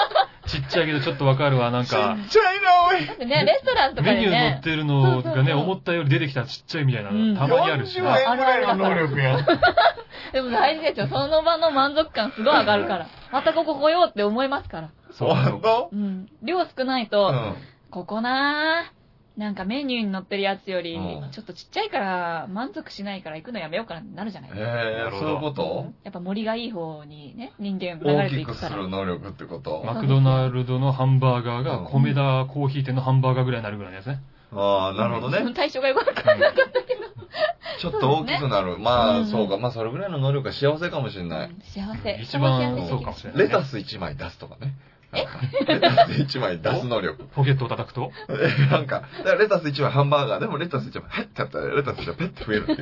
S1: ちっちゃいけどちょっとわかるわ、なん
S2: ちっちゃ
S1: か、
S2: いな、おい
S3: だってね、レストランとか
S1: メ
S3: で
S1: ニュー載っ
S3: ね。
S1: てるの
S3: そう
S1: が
S3: そう
S1: ね、
S3: そう
S1: 思ったより出てきたちっちゃいみたいな
S3: うん
S1: のたまにあるし
S2: 40
S1: な。
S2: 円ぐらいの能力やん。
S3: でも大事ですよ。その場の満足感すごい上がるから。またここ来ようって思いますから。
S1: そう
S2: ほんと
S3: うん。量少ないうと、
S2: ん。
S3: ここなぁ。なんかメニューに載ってるやつより
S2: うん、
S3: ちょっとちっちゃいから、満足しないから行くのやめようかなってなるじゃないですか。
S2: えー、そういうこと
S3: やっぱ森がいい方にね、人間流
S2: 大
S3: れて
S2: き
S3: い
S2: く
S3: くか
S2: す
S3: ら。
S2: る能力ってこと
S1: マクドナルドのハンバーガーが、
S2: うん
S1: 米田コーヒー店のハンバーガーぐらいになるぐらいのやつね。
S2: ああ、なるほどね。
S3: 対象がよくわかんない
S2: ちょっと大きくなる。ま
S3: うん
S2: あ、そうか。まあ、それぐらいの能力は幸せかもしれない。
S3: 幸せ。
S1: 一番
S3: 幸せ
S1: そうかもしれない、
S2: レタ
S1: ね。
S2: ス1枚出すとかね。レタス1枚出す能 力。
S1: ポケットを叩くと
S2: えなんか、だからレタス1枚ハンバーガーでもレタス1枚、へってやったらレタスがペッて増える っていう。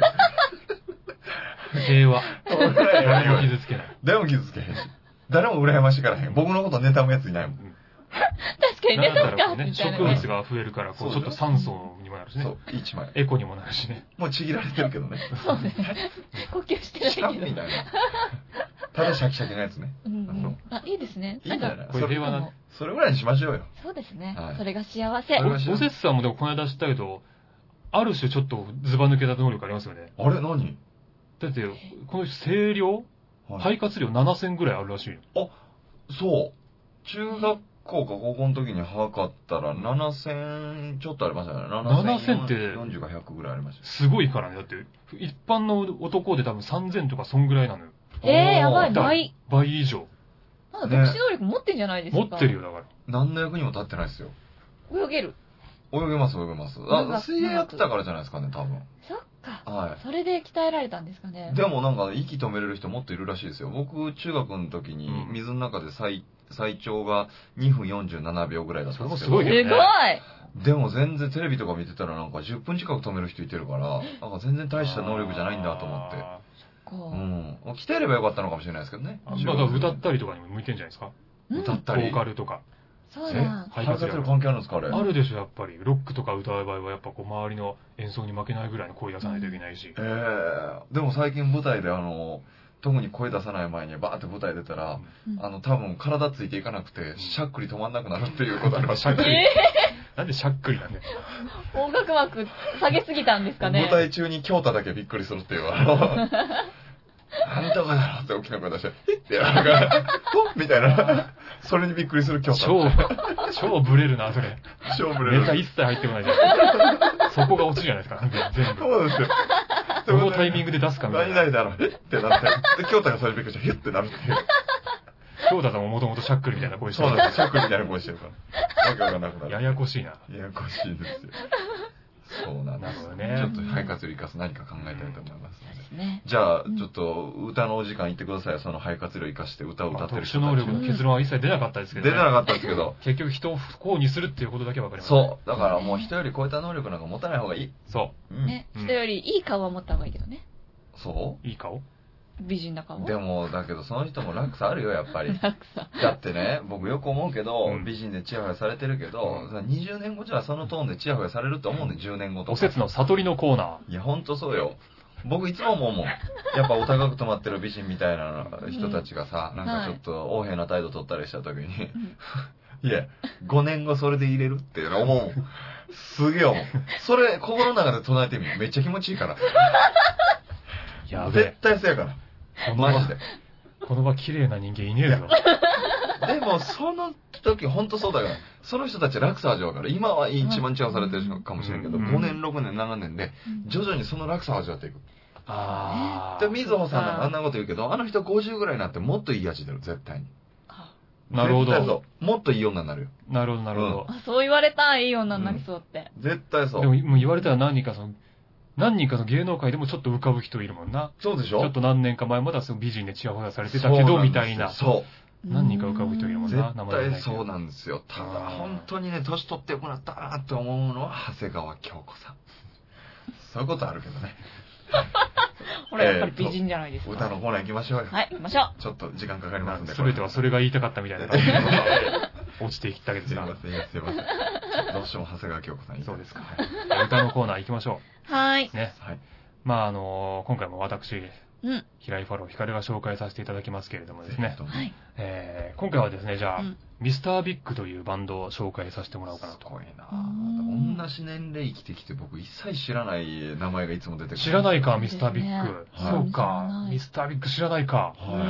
S1: 平和。
S2: 俺らより
S1: 誰も
S2: は
S1: 傷つけない。
S2: 誰も傷つけへんし。誰も羨ましがらへん。僕のこと妬むやついないもん。
S3: 確かにレ
S1: なんだろ
S3: タスか
S1: うね、
S3: みた
S1: 植
S3: いな
S1: 物
S3: ね。
S1: が増えるから、こう、ちょ
S2: そう
S1: っ
S2: だ
S1: と
S2: ね
S1: 酸素にもなるし
S2: そ
S1: ね
S2: う。、1枚。
S1: エコにもなるしね。
S2: もうちぎられてるけどね。
S3: そうね。呼吸して
S2: シャ
S3: ない
S2: ン
S3: け
S2: みたい
S3: ど。
S2: な。ただシャキシャキのやつね。
S3: うんうんあ、いいですね。
S2: いいんじゃ
S3: んか
S2: ない
S1: これ平和なね。
S2: それぐらいにしましょうよ。
S3: そうですね
S2: は。い
S3: それが幸せ。
S2: それが幸
S1: おおせつさんもでもこの間知ったけど、ある種ちょっとズバ抜けた能力ありますよね。
S2: あれ何
S1: だって、この人声量
S2: は
S1: 肺
S2: い。
S1: 活量7000ぐらいあるらしいよ。
S2: そう。中学校か高校の時に測ったら7000ちょっとありましたね。
S1: 7000って
S2: 40か100ぐらいありました。
S1: すごいからね。だって、一般の男で多分3000とかそんぐらいなのよ。
S3: ええ、やばい、
S2: おー
S3: 倍。
S1: 倍以上。
S3: なんか特殊能力持ってんじゃないですか。
S1: 持ってるよ、だから。
S2: 何の役にも立ってないですよ。
S3: 泳げる。
S2: 泳げます、泳げます。
S3: なんか
S2: あ、水泳やってたからじゃないですかね、多分。
S3: そっか。
S2: は
S3: それで鍛えられたんですかね
S2: い。。でもなんか息止めれる人もっといるらしいですよ。僕、中学の時に
S1: うん
S2: 水の中で最、最長が2分47秒ぐらいだったんですけ
S1: それもす。ご
S2: ど
S3: す
S1: いよね
S3: ごい
S2: でも全然テレビとか見てたらなんか10分近く止める人いてるから、なんか全然大した能力じゃないんだと思って。
S1: あ
S2: う
S3: こ
S2: ん。鍛えればよかったのかもしれないですけどね。
S1: ー。まあだから歌ったりとかにも向いてんじゃないですか。
S3: う。うん
S2: 歌っ
S1: ボ
S2: たり。
S1: ーカルとか。
S3: そう
S2: え
S3: だ。
S2: 肺活量関係あるんですかあれ。
S1: あるでしょ、やっぱり。ロックとか歌う場合は、やっぱこう、周りの演奏に負けないぐらいの声出さないといけないし。
S2: ええでも最近舞台であの、特に声出さない前にバーって舞台出たら、
S3: うん
S2: あの、多分体ついていかなくて、しゃっくり止まんなくなるっていうことありまし
S1: したゃっ
S2: ね
S1: くり
S3: え。
S1: なんでしゃっくりなんだよ。
S3: 音楽枠下げすぎたんですかね
S2: 舞。台中に京太だけびっくりするって いう、あの、なんとかだろうって大きな声出して、えってなんか、ほっみた いな。それにびっくりする京太。
S1: 超、超ブレるな、それ。
S2: 勝負
S1: ネタ
S2: で
S1: 一切入ってこないじゃん。そこが落ちじゃないですか、全部。
S2: そうですよ。
S1: どのタイミングで出すかみたい
S2: 何
S1: な
S2: 々。だろう、えってなって。で、京太がそれびっくりして、ヒュッてなるっていう。
S1: 京太さんももともとしゃっくりみたいな声して
S2: そう
S1: る
S2: なんですよ。シャックみたいな声してるから。わけわかんなくなる。
S1: ややこしいな。
S2: ややこしいですよ。そうなんですよ
S1: なる
S2: ちょ
S1: ほ
S2: っと
S3: どね
S2: 肺活量生かす何か考えたいと思います、
S3: そうですね。
S2: じゃあ、
S3: うん
S2: ちょっと歌のお時間言ってください。その肺活量生かして歌を歌
S1: まあ
S2: っ
S1: 特
S2: てる
S1: 殊
S2: 人
S1: 能
S2: たち
S1: 力の結論は一切出なかったですけ
S2: 出
S1: どね。
S2: てなかったんですけど。
S1: 結局人を不幸にするっていうことだけ分かりました。
S2: そう。だからもう人より超えた能力なんか持たない方がいい。
S1: う。そ
S2: うん
S3: ね、
S1: うん。
S3: 人よりいい顔は持った方がいいけどね。
S2: そう
S1: いい顔
S3: 美人な
S2: う
S3: 顔。
S2: でも、だけどその人も落差あるよ、やっぱり。
S3: 楽さ。
S2: だってね、僕よく思うけど、
S1: うん
S2: 美人でチヤホヤされてるけど、
S1: う
S2: 20年後じゃそのトーンでチヤホヤされると思うんで、10年後とか。
S1: お説の悟りのコーナ
S2: いや、ほんとそうよ。僕いつも思うもん。やっぱお高く泊まってる美人みたいな人たちがさ、
S1: うん
S2: なんかちょっと横柄な態度取ったりした時に、 いや、5年後それで入れるっていうの思うもん。すげえ思う。それ、心の中で唱えてみる。めっちゃ気持ちいいから。
S1: ー。やべ
S2: 絶
S1: え。
S2: 対そうやから。
S1: この
S2: マジ
S1: 場
S2: で、。
S1: この場綺麗な人間いねえぞ。
S2: でも、その時、ほんとそうだから、その人たち落差味わうから、今は一番違うされてるかもしれんけど、
S1: うん
S2: 5年、6年、7年で、徐々にその落差味わっていく。
S1: あ
S2: で、みずほさんなんかあんなこと言うけど、あの人50ぐらいになってもっといい味出る、絶対に。
S3: あ
S1: ー。なるほ
S2: 絶対
S1: ど。
S2: そうもっといい女になるよ。
S1: なるほど、なるほ
S3: あそう言われたらいい女になりそうって。
S2: 絶対そ
S1: ど。
S2: う。
S1: でも、もう言われたら何人かその、何人かの芸能界でもちょっと浮かぶ人いるもんな。
S2: そうでし
S1: ちょっ
S2: ょ
S1: と何年か前まだその美人でチヤホヤされてたけど、みたいな。
S2: そう
S1: 何人か浮かぶ人いるもん
S2: んです
S1: ね
S2: よ。
S1: 名
S2: そう。
S1: 前はな
S2: 絶
S1: い
S2: 対
S1: けど
S2: そうなんですよ。ただ
S1: あー、
S2: 本当にね、年取ってよくなったなって思うのは、長谷川京 子さん。そういうことあるけどね。
S3: ほら、やっぱり美人じゃないですか。
S2: 歌のコーナー行きましょうよ。
S3: はい、行きましょう。
S2: ちょっと時間かかりますんで。
S1: すべてはそれが言いたかったみたいな感じで、 落ちていったわけですす
S2: い
S1: が
S2: ま。せん、すいません。どうしても長谷川京子さんいい
S1: そうですか
S2: はい。
S1: 歌のコーナー行きましょ
S3: はーい。
S1: う。ね。
S2: はい。
S1: まあ、あの、今回も私、
S3: うん。
S1: 平井ファロー光が紹介させていただきますけれどもですね。
S3: はい。
S1: えー今回はですね、じゃあ、
S3: うん
S1: ミスタービッグというバンドを紹介させてもらおうかな
S2: す
S1: と。
S2: ごいな
S3: うん
S2: 同じ年齢生きてきて僕一切知らない名前がいつも出てくる。
S1: 知らないか、
S3: そう
S1: ミ
S3: です
S1: ス
S3: ね
S1: タービッ
S3: は
S1: グ。
S2: い
S1: そう
S3: 知ら
S1: か
S3: な、い
S1: ミスタービッグ知らないか。
S3: う
S2: はい。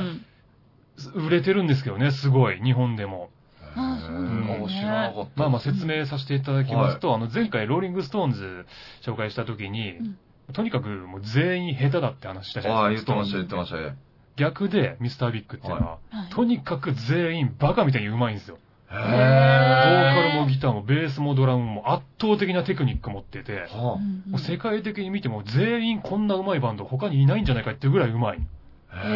S3: ん。
S1: 売れてるんですけどね、すごい、日本でも。
S3: あそうなんだ
S2: 面白かった。
S1: まあまあ説明させていただきますと、あの前回ローリングストーンズ紹介した時に、
S3: うん
S1: とにかくもう全員下手だって話したじゃ
S2: ああ、
S1: ないで
S2: 言っ
S1: す
S2: て
S1: か。
S2: ました、言ってました。へ
S1: 逆でミスタービッグっていうのは、
S3: はい。
S1: とにかく全員バカみたいに上手いんですよ。ボ
S3: へ
S1: ーカルもギターもベースもドラムも圧倒的なテクニック持ってて、
S2: は
S3: うんうん
S1: もう世界的に見ても全員こんな上手いバンド他にいないんじゃないかっていうぐらい上手い。
S2: あ。
S3: へ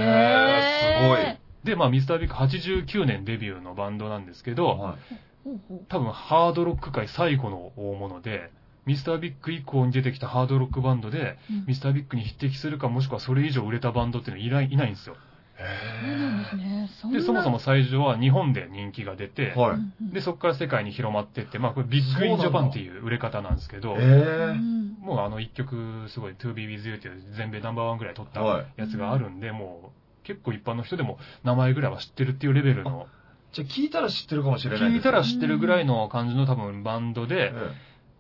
S2: へ
S1: で、まあミスタービッグ89年デビューのバンドなんですけど、
S2: ーすごい。はい。
S3: ー。ほうほう
S1: 多分ハードロック界最後の大物で、ミスタービッグ以降に出てきたハードロックバンドで、
S3: うん
S1: ミスタービッグに匹敵するかもしくはそれ以上売れたバンドっていうのはいないいないんですよ。
S3: そうなんですね。そんな
S1: で、そもそも最初は日本で人気が出て、
S2: は
S3: う
S2: い。
S3: んうん
S1: で、そこから世界に広まってって、まあこれビッグインジャパンっていう売れ方なんですけど、
S2: え
S3: うん
S1: もうあの一曲すごい To Be With You っていう全米ナンバーワンぐらい取っ
S2: え。
S1: た
S2: はい。
S1: やつがあるんで、もう結構一般の人でも名前ぐらいは知ってるっていうレベルの、
S2: じゃあ聞いたら知ってるかもしれない。
S1: 聞いたら知ってるぐらいの感じの多分バンドで、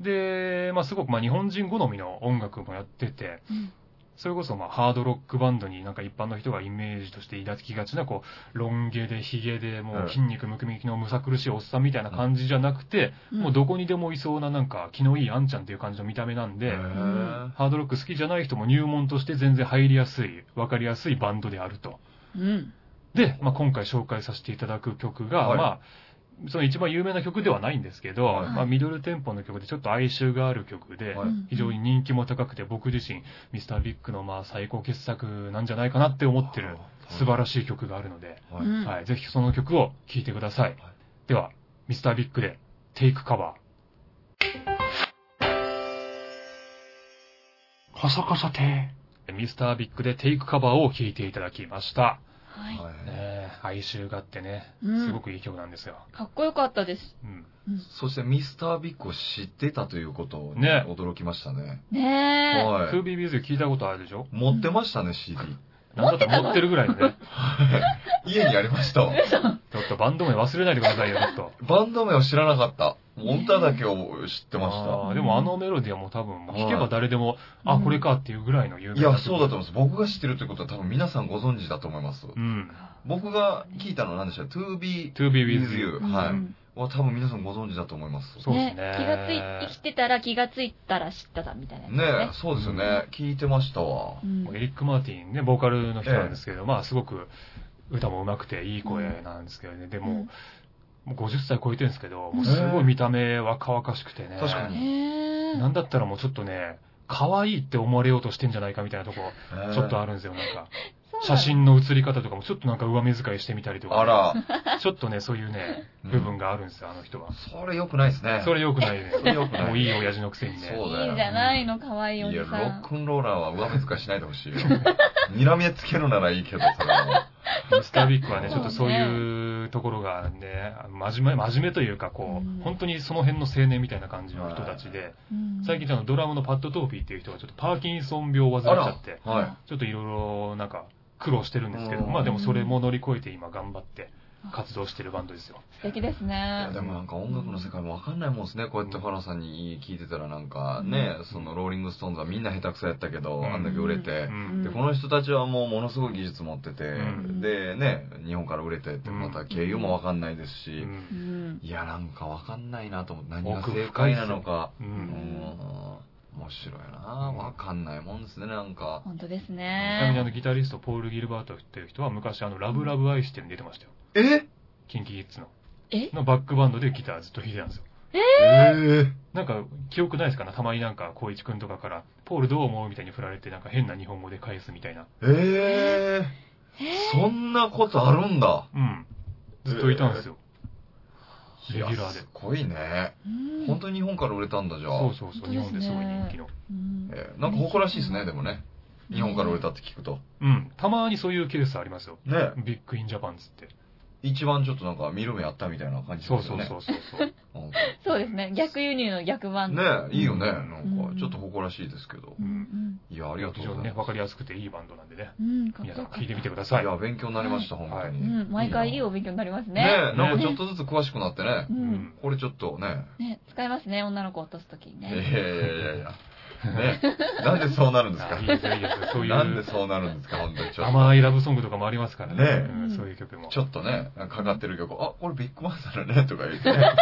S1: で、まあ、すごくまあ日本人好みの音楽もやってて、
S3: うん
S1: それこそまあハードロックバンドになんか一般の人がイメージとして抱きがちな、こう、ロン毛でヒゲでも
S2: は
S1: う
S2: い
S1: 筋肉むくみのむさ苦しいおっさんみたいな感じじゃなくて、もうどこにでもいそうななんか気のいいあんちゃんっていう感じの見た目なん
S2: へ
S1: で、
S2: ー
S1: ハードロック好きじゃない人も入門として全然入りやすい、わかりやすいバンドであると。
S3: うん。
S1: で、まあ、今回紹介させていただく曲が、
S2: はい
S1: まあ、その一番有名な曲ではないんですけど、
S2: はい
S1: まあ、ミドルテンポの曲でちょっと哀愁がある曲で、
S2: はい
S1: 非常に人気も高くて僕自身、ミスタービッグのまあ最高傑作なんじゃないかなって思ってる素晴らしい曲があるので、
S2: はい。
S3: うん
S1: はい、ぜひその曲を聴いてください。では、ミスタービッグでテイクカバ
S4: こそこそて。
S1: ー。ミスタービッグでテイクカバーを聴いていただきました。
S3: はい。
S1: ね
S2: はい
S1: え、哀愁があってね、
S3: うん
S1: すごくいい曲なんですよ。
S3: かっこよかったです。
S1: うん。
S2: そしてミスタービッグを知ってたということを
S1: ね
S2: ね、驚きましたね。
S3: ねえ。
S2: は
S1: クー
S2: い。
S1: ビービーズ聞いたことあるでしょ
S2: 持ってましたね、CD。
S1: なんだったら持ってるぐらいでね。
S2: 家にありました。
S1: ちょっとバンド名忘れないでくださいよ、ちょっ と。
S2: バンド名を知らなかった。モンタだけを知ってま
S1: あーでもあのメロディーはもう多分、聞けば誰でも、
S3: はい
S1: あ、これかっていうぐらいの有
S2: し
S1: 名
S2: た。いや
S1: な、曲
S2: そうだと思います。僕が知ってるということは多分皆さんご存知だと思います。
S1: うん。
S2: 僕が聞いたのは何でした ?to be
S1: to be with
S2: with
S1: you.
S2: you。はい。は多分皆さんご存知だと思います。
S1: そうですね
S3: 気がつい、生きてたら気がついたら知っただみたいなやつ
S2: ねえ、そうですよね。聞いてましたわ。
S3: うん
S1: エリック・マーティンね、ボーカルの人なんですけど、まあすごく歌も上手くていい声なんですけどね。でも、もう50歳超えてるんですけど、もうすごい見た目若々しくてね。
S2: 確かに
S3: ねえ
S1: なんだったらもうちょっとね、可愛いって思われようとしてんじゃないかみたいなとこ、
S2: ええ
S1: ちょっとあるんですよ、なんか。
S3: そうなの
S1: 写真の写り方とかもちょっとなんか上目遣いしてみたりとか、
S2: あら、
S1: ちょっとね、そういうね、
S2: うん
S1: 部分があるんですよ、あの人は。
S2: それ良くないですね。
S1: それ良くないね。
S2: それ良くない
S1: もういい親父のくせにね
S2: そ。うだよ
S3: いいじゃないの、可愛いお
S2: い
S3: じ
S2: や、
S3: さ
S2: ロッ
S3: ん。
S2: クンローラーは上目遣いしないでほしいよ。 睨みつけるならいいけど、それは。
S1: ミスタービッグはね、ち
S3: そ
S1: ょ
S3: う
S1: っ
S3: ね
S1: とそういうところがね、真面目、真面目というか、こ
S3: うん
S1: う、本当にその辺の青年みたいな感じの人たちで、
S3: うん
S1: 最近ちょっとドラムのパッド・トーフィーっていう人がちょっとパーキンソン病を患っちゃって、
S2: は
S1: ちょっといろいろなんか苦労してるんですけど、
S2: うん
S1: まあでもそれも乗り越えて今頑張って活動してるバンドですよ。
S3: 素敵です
S2: い。い
S3: ね
S2: や、。でもなんか音楽の世界もわかんないもんですね。こうやってファラさんに聞いてたらなんかね、そのローリングストーンズはみんな下手くそやったけど、
S1: うん
S2: あんだけ売れ
S1: う
S2: て。
S1: ん。
S2: で、この人たちはもうものすごい技術持ってて、
S1: ん
S2: でね、日本から売れてって、
S1: うん
S2: また経由もわかんないです
S1: う
S2: し、
S1: ん
S3: うん
S2: いや、なんかわかんないなと思って、何が
S1: 奥
S2: 正
S1: 深い
S2: 解
S1: っすよ
S2: なのか。
S1: う
S2: うん
S1: ん。
S2: 面白いなわかんないもんですね、なんか。
S3: 本当です
S1: ちなみにあの
S3: ね。
S1: ギタリスト、ポール・ギルバートっていう人は昔あの、ラブラブ愛してるに出てましたよ。
S2: え
S1: キンキキッズの。
S3: え
S1: のバックバンドでギターずっと弾いてたんですよ。
S2: え
S1: なんか、記憶ないですかねたまになんか、光一くんとかから、ポールどう思うみたいに振られて、なんか変な日本語で返すみたいな。
S2: ええそんなことあるんだ。
S1: うん。ずっといたんですよ。レギュラーで
S2: いやすごいね。
S3: うん
S2: 本当に日本から売れたんだ、じゃあ。
S1: そうそうそう、日本
S3: 本当
S1: で
S3: ですす
S1: ごい
S3: ね
S1: 人気の。
S3: うん
S2: えーなんか誇らしいですね、でもね。日本から売れたって聞くと。
S1: うん。たまにそういうケースありますよ。
S2: ね
S1: ビッグインジャパンつって。
S2: 一番ちょっとなんか見る目あったみたいな感じ
S1: そう
S2: です
S1: そ
S2: よ
S1: う
S2: ね。
S1: そうそうそう。
S2: なん
S3: そうですね。逆輸入の逆版。
S2: かねいいよね。なん
S3: う
S2: か
S3: ん
S2: ちょっと誇らしいですけど
S3: う。ん
S2: いや、ありがと
S1: 非
S2: う
S1: 常
S2: ご
S1: に
S2: ざ
S1: ね、
S2: い
S1: わ
S2: ま
S1: かりやすくていいバンドなんでね。
S3: うん。うん、かっこ
S1: 皆
S3: よ
S1: さ
S3: か
S1: ん
S3: った。
S1: 聞いてみてくだ
S2: す。
S1: さい。
S2: いや、勉強になりました、本当
S1: はい
S2: に。
S3: う
S2: ね
S3: ん、毎回いいお勉強になりますね。
S2: えなんかちょっとずつ詳しくなってね
S3: う。ん。
S1: ん。
S2: これちょっとね。
S3: ね、使いますね、女の子落とすときに
S2: いやい
S3: ね。
S2: やいやいや。ねなんでそうなるんです
S1: あ
S2: か
S1: いいですよ、いいですよ。そうい
S2: なんで
S1: う、
S2: そうなるんですか、本当にちょっと。
S1: 甘いラブソングとかもありますからね。
S2: ね
S1: うんそういう曲も。
S2: ちょっとね、かかってる曲、あ、これビッグバンさんだね、とか言ってね。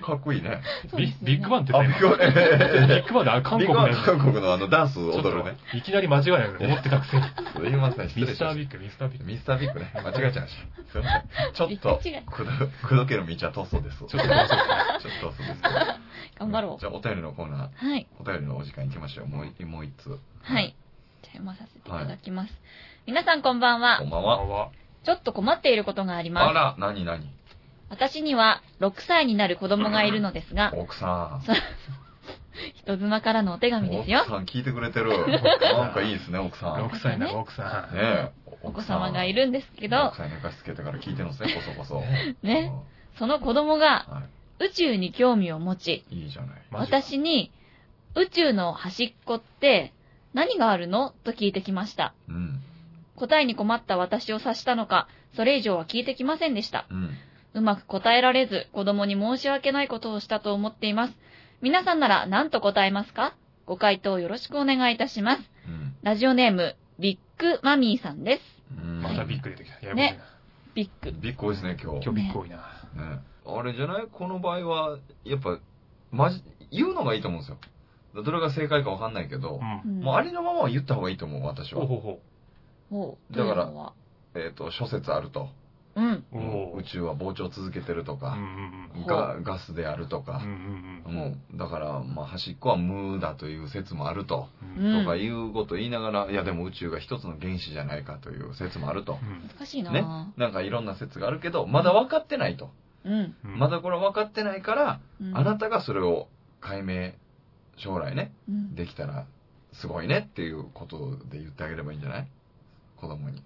S2: かっこいいね。
S3: そう
S1: ビ
S3: ですよね
S1: ビッグバンって
S2: あ、
S1: さ
S2: ビ
S1: 今
S2: ッグバン、え
S1: ビ
S2: え
S1: ッグバンであ韓
S2: ビッ
S1: 国の
S2: グバン
S1: やつ。
S2: 韓国のあのダンス
S1: ちょっ
S2: 踊るね。
S1: といきなり間違いなく思ってたくせに。
S2: すいません、失
S1: ミ
S2: 礼
S1: ス
S2: し
S1: タ
S2: ま
S1: ービ
S2: し
S1: ッグ、ミスタービッ
S2: た。
S1: グ。
S2: ミスタービッグね。間違えちゃいました。すいません。ちょっと
S3: 違う、
S2: くど、くどける道は塗装です。ちょっと
S1: 塗装です
S2: ちょっと塗装です。
S3: 頑張ろ
S2: じゃあ、お便りのコーナー、
S3: う。はい。
S2: お便りのお時間行きましょう。もうい、もう一通。
S3: はい。。じゃあ読まさせていただきます。皆さんこんばんは
S2: こん。ばん
S1: こんば
S2: は。
S1: んは。
S3: ちょっと困っていることがあり
S2: あ
S3: ます。
S2: ら、なになに
S3: 私には6歳になる子供がいるのですが、
S2: 奥さん。
S3: 人妻からのお手紙ですよ
S2: 奥。さん聞いてくれてる。なんかいいですね、奥さん。ね
S1: 6歳な奥さん。
S2: え。
S3: お子様がいるんですけど
S2: 奥、さん寝かしつけてから聞いてるんですね、こそこそ。
S1: ね
S3: ね、その子供が
S2: は
S3: 宇宙に興味を持ち、
S2: い。いいじゃない。
S1: マジか
S3: 私に宇宙の端っこって何があるのと聞いてきました。
S2: うん。
S3: 答えに困った私を察したのか、それ以上は聞いてきませんでした。
S2: うん。
S3: うまく答えられず、子供に申し訳ないことをしたと思っています。皆さんなら何と答えますかご回答よろしくお願いいたします。
S2: うん。
S3: ラジオネーム、ビッグマミーさんです。
S2: うん
S1: またビッグ出てきた。やばいな。
S3: ビッグ。
S2: ビッグ多いですね、今日。
S1: 今日ビッグ多いな。
S2: ね。あれじゃないこの場合は、やっぱ、まじ、言うのがいいと思うんですよ。どれが正解かわかんないけど
S1: う、ん。
S2: もうあ
S3: れ
S2: りのままは言った方がいいと思う、私
S1: ほう
S2: は。
S1: ほうほ
S3: もう、
S2: だから
S3: どういうのは
S2: えっと、諸説あると。
S3: ううん。
S1: お
S2: 宇
S1: ー
S2: 宙は膨張を続けてると
S1: うん
S2: か、
S1: うん
S2: がガスであると
S1: うん。うん
S2: か、
S1: うん
S2: うんだから、まあ、端っこは無だという説もあると、
S1: うん。うん
S3: うん
S2: とかいうことを言いながら、いやでも宇宙が一つの原子じゃないかという説もあると。
S3: 難しいな、
S2: ね。なんかいろんな説があるけど、まだ分かってないと。
S3: うん。
S1: うん
S2: まだこれは分かってないから、
S3: うん
S2: あなたがそれを解明、将来ね、
S3: うん
S2: できたらすごいねっていうことで言ってあげればいいんじゃない子供に。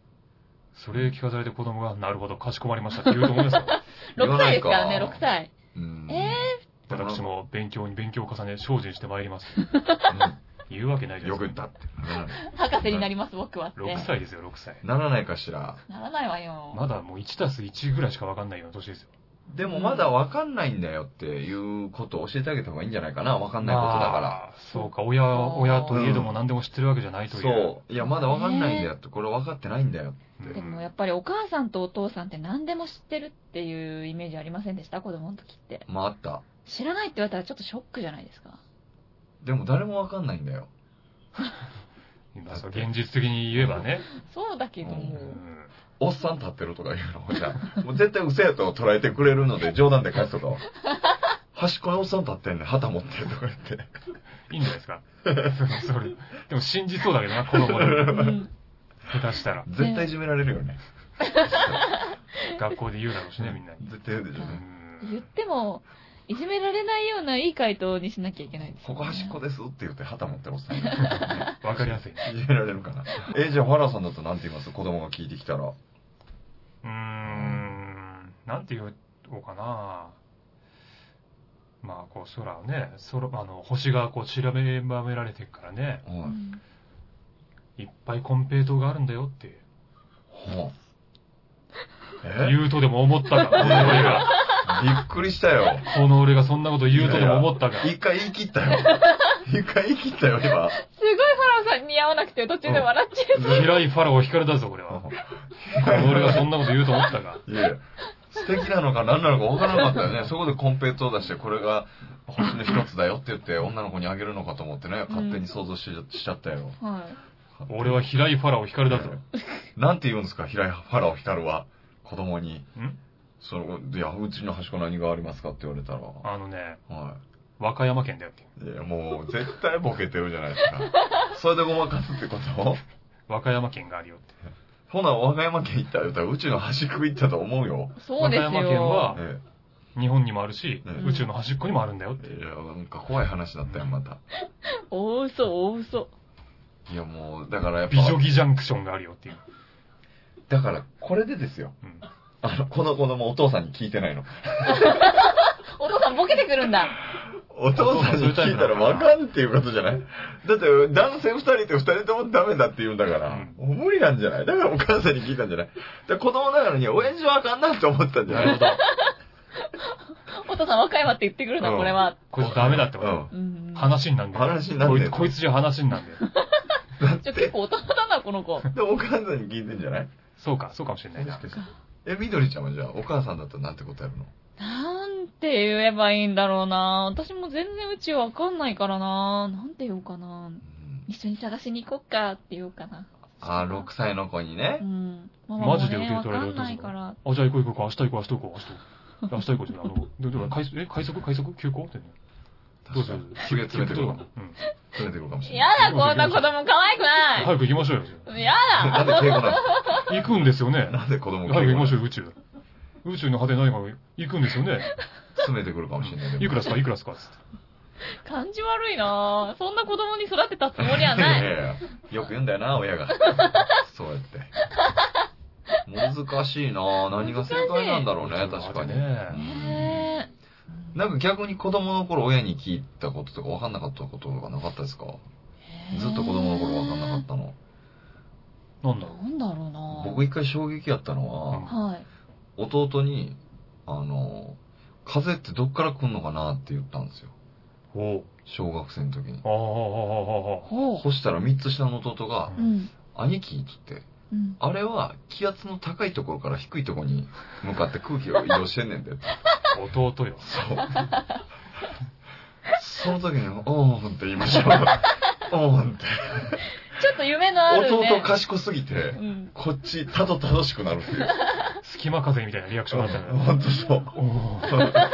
S1: それ聞かされて子供が、なるほど、かしこまりましたって言うと思いますよ。
S2: 言
S3: 6
S2: わな
S3: 歳
S2: い
S3: ですからね、6歳。
S2: うん。
S3: え
S1: 私も勉強に勉強を重ね、精進してまいります。言うわけないじゃな
S2: よ
S1: いで
S2: く言
S1: すか
S2: ったっ。て。ならない
S3: 博士になります、僕はって。
S1: 6歳ですよ、6歳。
S2: ならないかしら。
S3: ならないわよ。
S1: まだもう1たす1ぐらいしかわかんないような年ですよ。
S2: でもまだ分かんないんだよっていうことを教えてあげた方がいいんじゃないかな。分かんないことだから。
S1: まあ。そうか、親、親といえども何でも知ってるわけじゃないという。
S2: そう。いや、まだ分かんないんだよって、これ分かってないんだ
S1: う
S2: よ。
S1: ん
S3: でもやっぱりお母さんとお父さんって何でも知ってるっていうイメージありませんでした子供の時って。
S2: まああった。
S3: 知らないって言われたらちょっとショックじゃないですか。
S2: でも誰も分かんないんだよ。
S1: まあそう現実的に言えばね。
S3: そうだけども。
S1: うん
S2: おっさん立ってるとか言うのじゃあもう絶対嘘やと捉えてくれるので冗談で返すとかは端っこにおっさん立ってんねん旗持ってとか言って
S1: いいんじゃないですか。 そうそれ。でも信じそうだけどな、子供に。
S3: うん
S1: 下手したら。
S2: 絶対いじめられるよね
S1: 学校で言うだろうしね、みんなに。
S2: 絶対言うでしょ
S1: う
S2: ね
S1: ん
S3: 言っても、いじめられないようないい回答にしなきゃいけないです、
S2: ここ端っこですって言って旗持ってるおっさんい
S1: わかりやすいね。
S2: じめられるかなえじゃあファラさんだと何て言います子供が聞いてきたら
S1: うーん、なんて言おうかな。まあ、こう、空をね、空、あの、星がこう、散らばめられてるからね、
S3: う
S2: ほい
S3: ん
S1: いっぱいコンペイトーがあるんだよって、
S2: ほうえ
S1: 言うとでも思った か、この俺が。
S2: びっくりしたよ
S1: この俺がそんなこと言うとでも思ったか。
S2: 一回言い切ったよ一回言い切ったよ今
S3: すごいファラオさん似合わなくて途中で笑っちゃう。
S1: 嫌いファラオ光だぞ、これは。この俺がそんなこと言うと思った か。
S2: いやいや素敵なのか何なのか分からなかったよね。そこでコンペイトー出して、これが星の一つだよって言って、女の子にあげるのかと思ってね、勝手に想像ししちゃったよ。
S3: はい。
S1: 俺は平井ファラオ光だぞ。
S2: なんて言うんですか、平井ファラオ光は、子供に。
S1: ん
S2: その、いや、うちの端っこ何がありますかって言われたら。
S1: あのね、
S2: は
S1: 和歌山県だよって。
S2: い。いや、もう、絶対ボケてるじゃないですか。それでごまかすってこと
S1: 和歌山県があるよって。
S2: ほな、和歌山県行ったら言ったら、うちの端っこ行ったと思うよ。
S3: そうですよ。
S1: 和歌山県は
S2: え
S1: 日本にもあるし、
S2: うん
S1: 宇宙の端っこにもあるんだよって。
S2: えいや、なんか怖い話だったよ、また。
S3: 大嘘、大嘘。
S2: いや、もう、だからやっぱ。
S1: 美女ギジャンクションがあるよっていう。
S2: だから、これでですよ。
S1: うん
S2: あの、この子供お父さんに聞いてないの。
S3: お父さんボケてくるんだ。
S2: お父さんに聞いたらわかんっていうことじゃないだって、男性二人って二人ともダメだって言うんだから、無理なんじゃないだからお母さんに聞いたんじゃないだから子供ながらに、親父はあかんなって思ったんじゃない
S3: お父さん和歌山って言ってくるな、
S2: うん
S3: これは。
S1: こいつダメだってこ
S2: う
S1: と。
S2: ん。
S3: うん。
S1: 話になんだよ。
S2: 話になんだよ
S1: こいつこいつじゃ話になんだよ。
S3: ちょ結構大人だな、この子。
S2: で、お母さんに聞いてんじゃない
S1: そうか、そうかもしれないな。
S2: え、みどりちゃんはじゃあ、お母さんだったらなんてことやるの
S3: なんて言えばいいんだろうな。私も全然宇宙わかんないからな。なんて言おうかな。
S2: うん
S3: 一緒に探しに行こっかって言おうかな。
S2: あー、6歳の子にね
S3: う。ん。マ
S1: マジで受け取られ
S3: わ
S1: る
S3: かん
S1: と
S3: ないから。
S1: あ、じゃあ行こう行こう、明日行こう、明日行こう、明日。明日行こうって、あの、ででも快速え、快速快速休校ってね。どうする
S2: すげえ詰めてくるか
S1: う
S2: も。
S1: ん。
S2: 詰めてくるかもしれ
S3: や
S2: ない。
S3: だ、こんな子供可愛くな
S1: 早く行きましょうよ。
S3: い。や
S2: な
S3: だ。
S2: んで敬語な
S1: 行くんですよね
S2: の。なんで子供敬語
S1: 早く行き
S2: なの
S1: ましょうよ、宇宙。宇宙の果て何か行くんですよね。
S2: 詰めてくるかもしれないけど。
S1: いくらっすか、いくらっすか、つって。
S3: 感じ悪いな。そんな子供に育てたつもりは
S2: や
S3: ない。
S2: ややよく言うんだよな、親 が。そうやって。難しいな何が正解なんだろうね、確かに。
S1: ね
S3: ね
S2: なんか逆に子供の頃親に聞いたこととか分かんなかったこととかなかったですか
S3: え
S2: ずっと子供の頃分かんなかったの。
S1: なんだろ
S3: なんだろうな。
S2: 僕一回衝撃やったのは、
S3: はい。
S2: 弟に、あの、風邪ってどっから来んのかなって言ったんですよ。
S1: う。おう。
S2: 小学生の時に。
S1: ああ、あ
S3: ほ
S2: そしたら3つ下の弟が、
S3: う。うん。
S2: 兄貴って言って、
S3: うん。
S2: あれは気圧の高いところから低いところに向かって空気を移動してんねん で。
S1: あ、ああ、弟よ。
S2: そう。その 時に、おーんって言いました。おーんって。
S3: ちょっと夢のあるね。
S2: 弟賢すぎて
S3: う、ん。
S2: こっち、たどたどしくなるっていう。
S1: 隙間風みたいなリアクションだった
S2: うん
S1: ね。
S2: ほんとそう。
S1: おー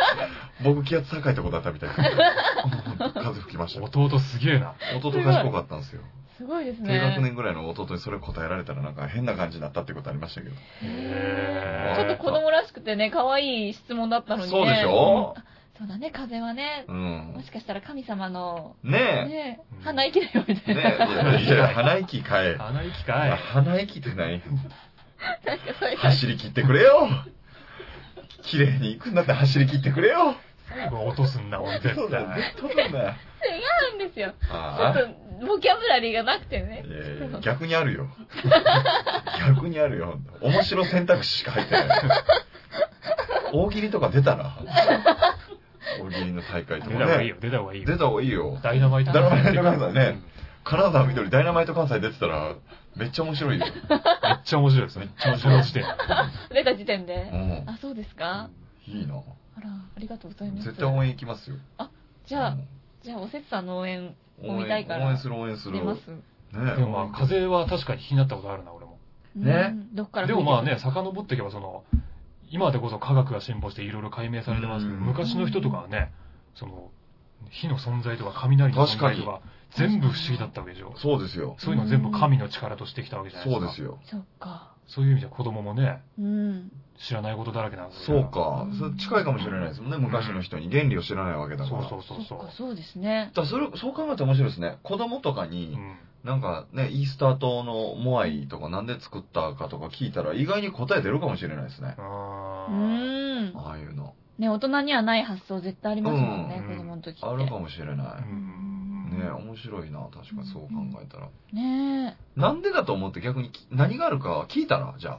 S2: 僕気圧高いとこだったみたいな。風吹きました。
S1: 弟すげえな。
S2: 弟賢かったんですよ。
S3: すごいです
S2: 低学
S3: ね。
S2: 年ぐらいの弟にそれ答えられたらなんか変な感じになったってことありましたけど。
S1: へ
S3: ち
S1: ー
S3: ょっと子供らしくてね、可愛い質問だったのにね。
S2: そうでしょ
S3: そうだね、風はね、
S2: うん
S3: も。しかしたら神様の、
S2: ね
S3: ね
S1: うん、
S3: 鼻息だよみ
S2: え。
S3: たい
S2: ね
S3: な。
S2: え。いや、鼻息かえ。
S1: 鼻息かい。
S2: 鼻息ってない。
S3: 確かそういう感じ。
S2: 走り切ってくれよ綺麗に行くんだって走り切ってくれよ
S1: 最後落とすんな、俺絶
S2: そうだ、
S1: 対。
S2: 絶対そうだ。
S3: 違うんですよ。ちょっ
S2: ああ。
S3: と、ボキャブラリーがなくてね。
S2: いやいや逆にあるよ。逆にあるよ。ほんと面白選択肢しか入ってない。大喜利とか出たら。大喜利の大会とか
S1: 出た方がいい
S2: ね
S1: よ。、出た方がいいよ。
S2: 出た方がいいよ。
S1: ダイナマイト
S2: ダイナマイト関西ね金沢緑ダイナマイト関西出てたら、めっちゃ面白いよ。
S1: うんめっちゃ面白いです。めっちゃ面白い。その 時点。
S3: 出た時点で。
S2: うん。
S3: あ、そうですか
S2: いいな。
S3: あら、ありがとうございます。
S2: 絶対応援行きますよ。
S3: じゃ
S2: う
S3: あ、
S2: ん
S3: じゃあ、おせつさんの応援
S2: 応援
S3: 見たいから
S2: 応援する応援する。
S3: 出
S2: ね
S3: ます。
S1: でもまあ、風は確かに気になったことあるな、俺も。
S2: ね
S3: うん。どっから
S1: で
S3: 吹い
S1: も
S3: てくる
S1: まあね、、遡っていけば、その、今でこそ科学が進歩していろいろ解明されてますけど、
S2: うん
S1: 昔の人とかはね、その、火の存在とか雷の存在とか、全部不思議だったわけでしょ。
S2: そうですよ。
S1: そういうの全部神の力としてきたわけじゃないで
S2: そ
S1: す
S2: う
S1: か。
S2: ですよ。
S3: そっか。
S1: そういう意味じゃ子供もね、
S3: うん。
S1: 知らないことだらけなんです
S2: そう。か。それ近いかもしれないですもんね。昔の人に原理を知らないわけだか
S1: そ
S2: ら。
S1: うそうそう
S3: そっか
S1: そ、
S3: そうですね。
S2: だからそれ、そう考えたら面白いですね。子供とか
S1: う。
S2: に
S1: う、ん
S2: なんかね、イースター島のモアイとかなんで作ったかとか聞いたら意外に答え出るかもしれないですね。
S1: あ
S3: う
S1: ー。
S3: ん。
S2: ああいうの。
S3: ね、大人にはない発想絶対ありますもんね、
S1: うん
S3: 子供の時って。
S2: あるかもしれな
S1: う
S2: い。
S1: ん
S2: ね面白いな。確かにそう考えたら。
S3: ねえ。
S2: なんでだと思って逆にき何があるか聞いたら、じゃ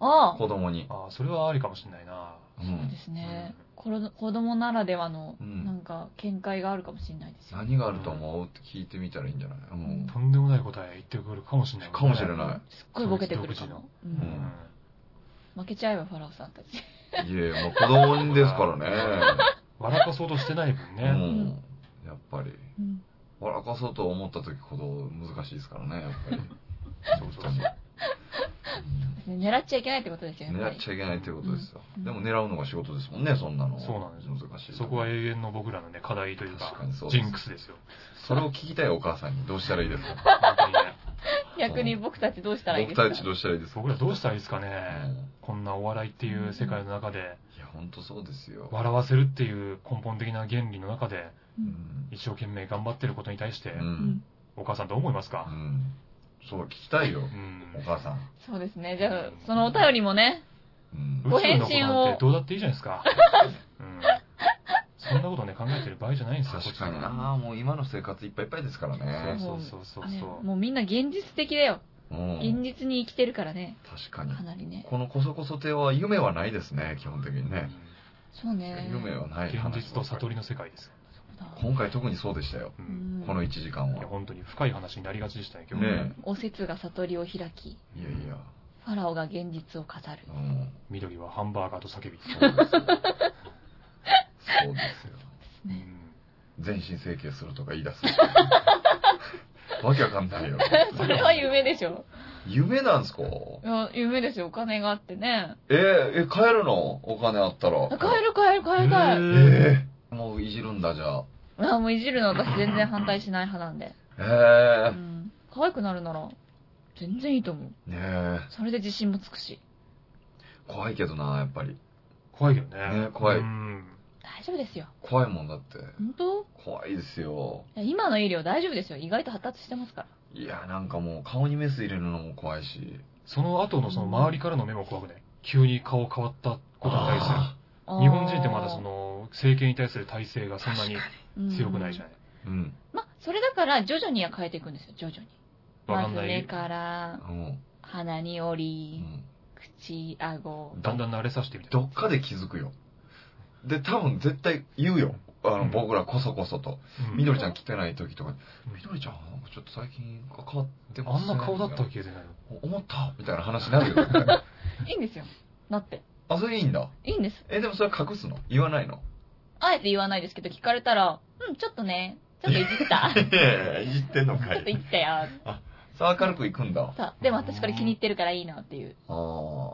S2: あ、
S3: ああ。
S2: 子供に。
S1: あーそれはありかもしれないな。
S2: う
S3: そうんで。すね。この子供ならではの、
S2: うん
S3: なんか、見解があるかもしれないですよ。
S2: 何があると思うって聞いてみたらいいんじゃないうん。
S1: とんでもない答え言ってくるかもしれない。
S2: かもしれない。
S3: すっごいボケてくるかも。
S1: う
S3: う
S1: んん。
S3: 負けちゃえば、ファラオさんたち。
S2: いえ、もう子供ですからね。
S1: 笑かそうとしてない分
S2: う
S1: ね。
S2: ん。やっぱり。
S3: うん。
S2: 笑かそうと思った時ほど難しいですからね、やっ ぱり。
S1: そうそうそう。
S3: 狙っちゃいけないってことですよね。
S2: 狙っちゃいけないということですよ。
S3: うん
S2: でも狙うのが仕事ですもんね、そんなの。
S1: そうなんですよ
S2: 難しい。
S1: そこは永遠の僕らのね、課題という
S2: 確
S1: か
S2: かにそう、で
S1: ジ
S2: す
S1: ンクスですよ。
S2: それを聞きたいお母さんにどうしたらいいですか
S1: 本当にね
S3: 逆に僕たちどうしたらいいで
S2: 僕
S3: すか
S2: たちどうしたらいいですか
S1: 僕らどうしたらいいですか
S2: う
S1: ね。
S2: ん
S1: こんなお笑いっていう世界の中で、
S2: いや、ほんとそうですよ。
S1: 笑わせるっていう根本的な原理の中で、
S3: う
S2: うんん。
S1: 一生懸命頑張ってることに対して
S2: う、
S3: うんん。
S1: お母さんどう思います
S2: う
S1: か
S2: ん。そう、聞きたいよ
S1: う、ん
S2: お。母さん。
S3: そうですね。じゃあ、そのお便りもね、
S2: うん
S1: 宇宙のことなんてどうだっていいじゃないですか。うん。そんなことね、考えてる場合じゃないんですよ、
S2: 確かに
S1: こ
S2: なもう今の生活いっぱいいっぱいですから
S1: っちは
S2: ね。
S1: そうそうそう
S3: ね
S1: そう。
S3: もうみんな現実的だよ。
S2: うん。
S3: 現実に生きてるからね。
S2: 確かに。
S3: かなりね。
S2: このこそこそ亭は夢はないですね、基本的にね。
S3: そうね。
S2: 夢はない
S1: 現
S2: 話
S1: 実と悟りの世界です。
S2: 今回特にそうでしたよ、
S1: う。
S3: うんん
S2: この1時間
S1: いや、
S2: は。
S1: 本当に深い話になりがちでしたね、今日。
S2: ね
S3: お説が悟りを開き、
S2: え。いやいや。
S3: ファラオが現実を語る。
S2: うん。
S1: 緑はハンバーガーと叫び。
S2: そうですよ。そうですよ。
S1: うん
S2: 全身整形するとか言い出す。わけわかんないよ。
S3: それは夢でしょ
S2: 夢なんすか
S3: いや夢ですよ。お金があってね。
S2: えー、え、帰るのお金あったら。
S3: あ買える買える買えた
S2: え
S3: い。
S2: ー、もういじるんだ、じゃあ。
S3: あ、もういじるの私全然反対しない派なんで。う
S2: え
S3: ん。可愛くなるなら、全然いいと思う。
S2: えー、ね
S3: それで自信もつくし。
S2: え。怖いけどな、やっぱり。
S1: 怖いけどね。
S2: ね怖い
S1: うん
S3: 大丈夫ですよ。
S2: 怖いもんだって。
S3: 本当
S2: 怖いですよ。
S3: いや今の医療大丈夫ですよ。意外と発達してますから。
S2: いや、なんかもう顔にメス入れるのも怖いし。
S1: その後のその周りからの目も怖くない。急に顔変わったことに対す
S2: あ
S1: る。日本人ってまだその、政権に対する体制がそんなに強くないじゃ
S3: ん。
S1: ない。
S2: ーうん。
S3: ま、それだから徐々には変えていくんですよ、徐々に。
S1: わか
S3: ま
S1: ん
S3: ず
S1: な
S3: 目
S1: い。
S3: から、
S2: うん。
S3: 鼻に折
S2: う
S3: り、
S2: ん
S3: 口、顎。
S1: だんだん慣れさせてみて。
S2: どっかで気づくよ。で、多分絶対言うよ。あの、
S1: うん
S2: 僕らこそこそと。
S1: うん
S2: みどりちゃん来てない時とかに
S1: うん、
S2: みどりちゃん、なんかちょっと最近変わって
S1: あ
S2: ます
S1: ん
S2: ね
S1: な顔だったっけみたいな
S2: 思ったみたいな話になるよ、絶対
S3: いいんですよ。なって。
S2: あ、それいいんだ。
S3: いいんです。
S2: え、でもそれ隠すの言わないの
S3: あえて言わないですけど、聞かれたら、うん、ちょっとね、ちょっとい じった。ち
S2: いじってんのか
S3: ょっ といじったよ。
S2: さあ、明るく行くんだ。あ
S3: さでも私これ気に入ってるからいいなっていう。
S2: あ。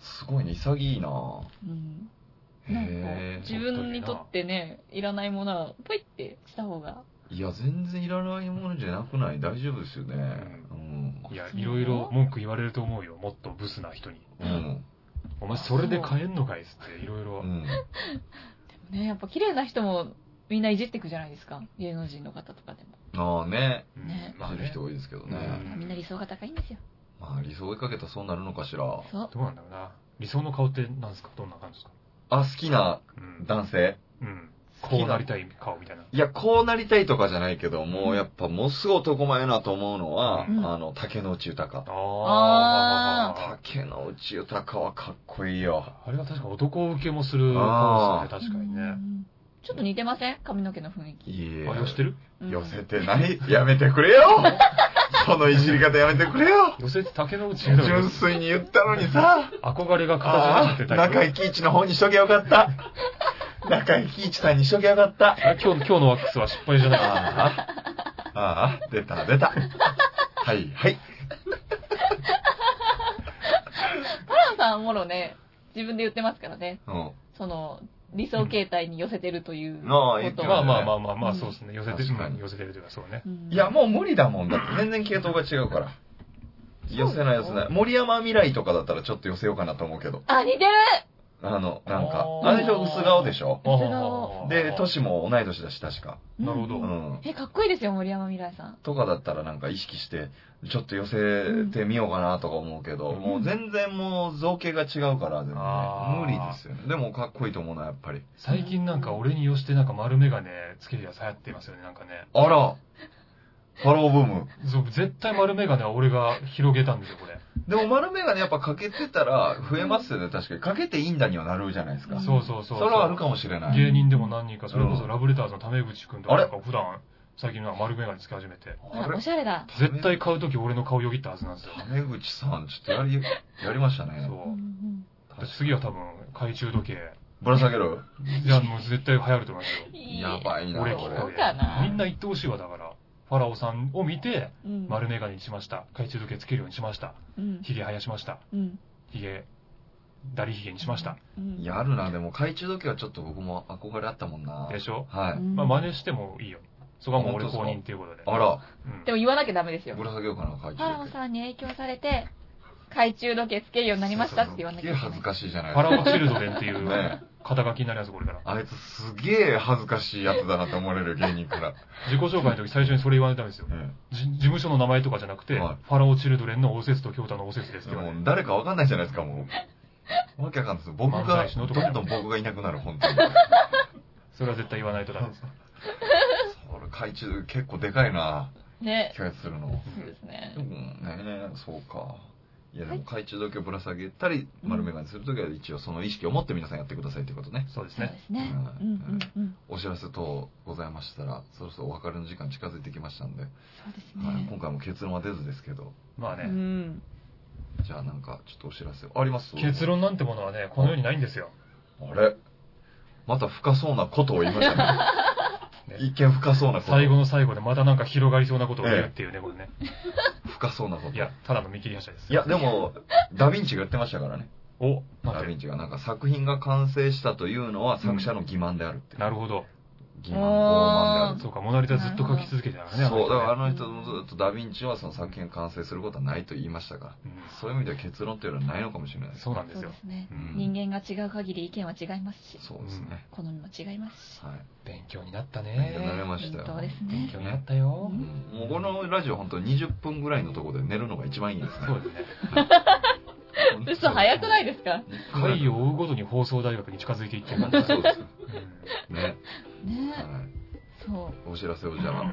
S2: すごいね、潔いな
S4: うん、なんか
S2: へ
S4: 自分にとってねいらないものはポイってした方が
S2: え。いや、全然いらないものじゃなくない大丈夫ですよね。うん。
S1: いや、
S4: そう
S1: いろいろ文句言われると思うよ。もっとブスな人に。
S2: うん。
S1: お前それで買えんのかいっつって、いろいろ
S2: う。ん。
S4: ねやっぱ綺麗な人もみんないじってくじゃないですか芸能人の方とかでも
S2: ああね。
S1: うん
S4: ね
S1: まあ
S2: いる
S1: ね。
S2: 人多いですけど
S1: うん
S2: ね。
S4: みんな理想が高いんですよ
S2: まあ理想を追いかけたらそうなるのかしら。
S4: そう
S1: どうなんだろうな。理想の顔って何ですかどんな感じですか
S2: あ、好きな
S1: うん。
S2: 男性
S1: うん。
S2: 好き
S1: こう
S2: な
S1: なりたい顔みたいな。
S2: いや、こうなりたいとかじゃないけど、もうやっぱもうすぐ男前やなと思うのは、
S1: うん
S2: あの、竹野内豊。
S1: あーあ
S2: 竹野内豊はかっこいいよ。
S1: あれは確か男受けもする顔ですね、確かに
S4: う
S1: ね。
S4: んちょっと似てません髪の毛の雰囲気、
S2: いいえ
S1: あ、寄せてる
S4: うん
S2: 寄せてないやめてくれ よそのいじり方やめてくれよ
S1: 寄せて竹野内
S2: 純
S1: の
S2: 粋に言ったのにさ。
S1: 憧れが
S2: あ
S1: 形
S2: あ、
S1: になってた
S2: 中井
S1: よ。
S2: 貴一の方にしとけよかった。中井貴一さんにしとけよかった。
S1: あ今日今日のワックスは失敗じゃないか
S2: ああ、ああ、出た、出た。はい、はい。
S4: パランさんもろね自分で言ってますからね
S2: うん。
S4: その理想形態に寄せてるという
S2: うんああ言って
S4: こと
S2: ま
S1: ま
S4: は
S1: あまあまあまあまあ、
S4: うん
S1: そうですね。寄せてる
S2: 確か、に
S1: 寄せてるというか、そうね。
S4: うん
S2: いや、もう無理だもんだって。全然系統が違うから。寄せない寄せない。森山未来とかだったらちょっと寄せようかなと思うけど。
S4: あ似てる
S2: あの、なんか。
S1: おー
S2: あれでしょ、薄顔でしょ
S4: あー
S2: で、年も同い年だし、確か。
S1: なるほ
S2: う
S1: ど
S2: ん。
S4: えかっこいいですよ森山未来さん
S2: とかだったらなんか意識して、ちょっと寄せてみようかなとか思うけど、
S1: うん
S2: もう全然もう造形が違うから、全
S1: あー
S2: 然。無理ですよね。でもかっこいいと思うのはやっぱり。
S1: 最近なんか俺に寄せてなんか丸眼鏡つけるやつ流行ってますよね、なんかね。
S2: あらハローブーム。
S1: そう絶対丸眼鏡は俺が広げたんですよ、これ。
S2: でも丸眼鏡やっぱかけてたら増えますよね、確かに。かけていいんだにはなるじゃないですか。
S1: そうそうそう。
S2: それはあるかもしれない。
S1: 芸人でも何人か、それこそラブレターズのタメ口くんとか、
S2: あれ
S1: なんか普段、最近なんか丸眼鏡つけ始めて。
S4: ほらおしゃれだ
S1: 絶対買うとき俺の顔よぎったはずなんですよ。
S2: タメ口さん、ちょっとやり、 やりましたね。
S4: うんう
S1: そ
S4: ん
S1: う。次は多分、懐中時計。
S2: ぶら下げる
S1: いや、もう絶対流行ると思います
S4: いい
S2: やばいな、
S1: よ。俺き
S2: こ
S1: っ
S2: れ
S1: か
S4: そう
S1: けで
S4: かな。
S1: みんな言ってほしいわ、だから。ファラオさんを見て、
S4: うん
S1: 丸眼鏡にしました。懐中時計つけるようにしました。
S4: うん
S1: 髭生やしました。
S4: うん
S1: 髭、ダリ髭にしました。
S4: うん
S2: やるな、でも懐中時計はちょっと僕も憧れあったもんな。
S1: でしょ
S2: は
S4: う
S2: い。
S4: ん
S1: まあ、真似してもいいよ。そこはもう俺
S2: 本当
S1: 公
S2: そう
S1: 認っていうことで。
S2: あら、
S1: うん
S4: でも言わなきゃダメですよ
S2: ぶら下げようかな、懐
S4: パラオ
S2: 中時計。
S4: さんに影響されて 懐中時計つけるようになりましたって言わなきゃい
S2: すげえ
S4: けな
S2: 恥ず
S4: い
S2: かしいじゃない
S1: ファラオチ
S2: です
S1: ルドレンってい
S2: か。
S1: う
S2: ねえ
S1: 肩書きになります、これから。
S2: あいつすげえ恥ずかしいやつだなって思われる芸人から。
S1: 自己紹介の時最初にそれ言わないとダメですよ。
S2: うん
S1: じ事務所の名前とかじゃなくて、
S2: はい
S1: ファラオチルドレンの応接と京太の応接ですって言われ
S2: も
S1: る
S2: う誰かわかんないじゃないですか、もう。わけわかんないです。僕
S1: 漫
S2: が、
S1: 才師のとこ
S2: どんどん僕がいなくなる、本当に。
S1: それは絶対言わないとダメです。
S2: それ懐中時計結構でかいな、
S4: ね
S2: 気がするの。
S4: そうですね
S2: うん、ねえそうか。いや、でも懐中時計ぶら下げたり、丸眼鏡するときは一応その意識を持って皆さんやってくださいということね。
S1: そうです
S4: そう
S1: ね
S4: で。すね
S2: う
S4: うんんうんうん
S2: お知らせ等ございましたら、そろそろお別れの時間近づいてきましたんで、
S4: そうです
S2: はい
S4: ね
S2: 今回も結論は出ずですけど、
S1: まあね、
S4: うん
S2: じゃあなんかちょっとお知らせあります
S1: 結論なんてものはね、この世にないんですよ。
S2: あれまた深そうなことを言いました ね。一見深そうなこと。
S1: 最後の最後でまたなんか広がりそうなことを言うっていうね、これね。
S2: 深そうなこと。
S1: いや、ただの見切り発車です。
S2: いや、でも、ダヴィンチが言ってましたからね。
S1: お、なん
S2: ダヴィン
S1: て。
S2: チがなんか作品が完成したというのは作者の欺瞞であるって。
S1: なるほど。
S2: 欺瞞、傲慢であるって
S1: そうか、モナリザずっと書き続けてたからね。
S2: そう、だから
S1: あ
S2: あ
S1: の
S2: の人もずっとダヴィンチはその作品が完成することはないと言いましたから、
S1: 人ね
S2: そういう意味では結論というのはないのかもしれない
S1: うん
S2: です。
S1: そうなんで
S4: そう
S1: す
S4: で
S1: よ。
S4: すね
S1: うん
S4: 人間が違う限り意見は違いますし
S2: そうですね。
S4: 好みも違いますし
S2: はい。
S1: 勉強になった
S2: 勉強になり
S1: ね。
S2: ましたよ。
S4: 本当です
S1: 勉
S4: ね
S1: 強になったよ
S2: う。んもうこのラジオ本当20分ぐらいのところで寝るのが一番いいですね。
S1: そうですね。
S4: 嘘早くないですか
S1: 回を追うごとに放送大学に近づいていってる
S2: 本
S1: 感
S2: 当
S1: じ
S2: にそうですよ。
S1: うん
S2: ね。
S4: ね
S2: は
S4: そう
S2: い。お知らせをじゃあ、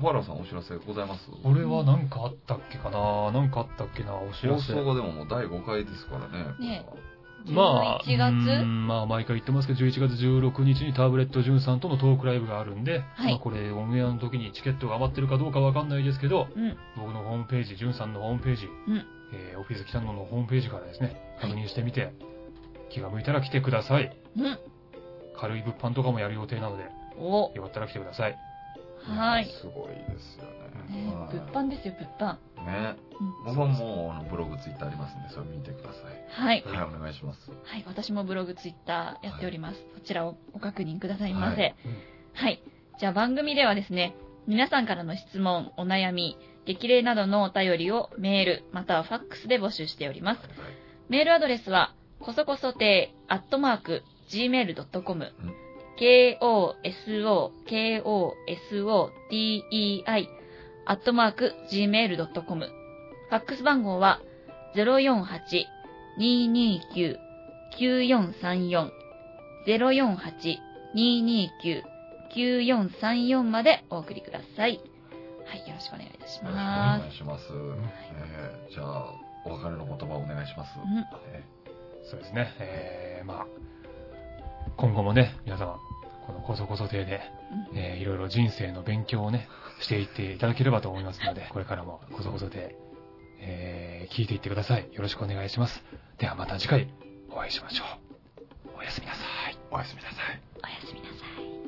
S2: ファラオさんお知らせございます
S1: 俺は何かあったっけかな何かあったっけなお知ら
S2: 放
S1: せ。
S2: 送がでももう第5回ですからね。
S4: ね
S1: まあ、
S4: 11月
S1: うんまあ、毎回言ってますけど、11月16日にタブレットジュンさんとのトークライブがあるんで、
S4: はい
S1: まあこれ、オンエアの時にチケットが余ってるかどうかわかんないですけど、
S4: うん
S1: 僕のホームページ、ジュンさんのホームページ、
S4: うん
S1: えーオフィス北野のホームページからですね、確認してみて、気が向いたら来てください。
S4: うん
S1: 軽い物販とかもやる予定なので、
S4: お
S1: よかったら来てください。
S4: はい
S2: すごいですよね。
S4: ね
S2: はい
S4: 物販ですよ物販
S2: ね。僕はもう、あの、ブログ、ツイッターありますんで、それ見てください。
S3: はい。
S2: はい、お願いします。
S3: はい。私もブログ、ツイッターやっております。そちらをご確認くださいませ。は。
S2: はい
S3: じゃあ番組ではですね、皆さんからの質問、お悩み、激励などのお便りをメール、またはファックスで募集しております。メールアドレスは、こそこそてアットマーク、gmail.com、k-o-s-o-k-o-s-o-t-e-i、アットマーク、gmail.com。ファックス番号は、048-229-9434、048-229-9434までお送りください。はい、よろしくお願いいたし
S2: お
S3: ま
S2: 願
S3: す。
S2: いします。えーじゃあ、お別れの言葉をお願いします。
S3: うん
S2: え
S1: そうですね。えー、まあ、今後もね、皆様、このこそこそ亭で、えーいろいろ人生の勉強をね、していっていただければと思いますので、これからもこそこそ亭、えー聞いていってください。よろしくお願いします。ではまた次回お会いしましょう。おやすみなさい。
S2: ーおやすみなさい。
S3: おやすみなさい。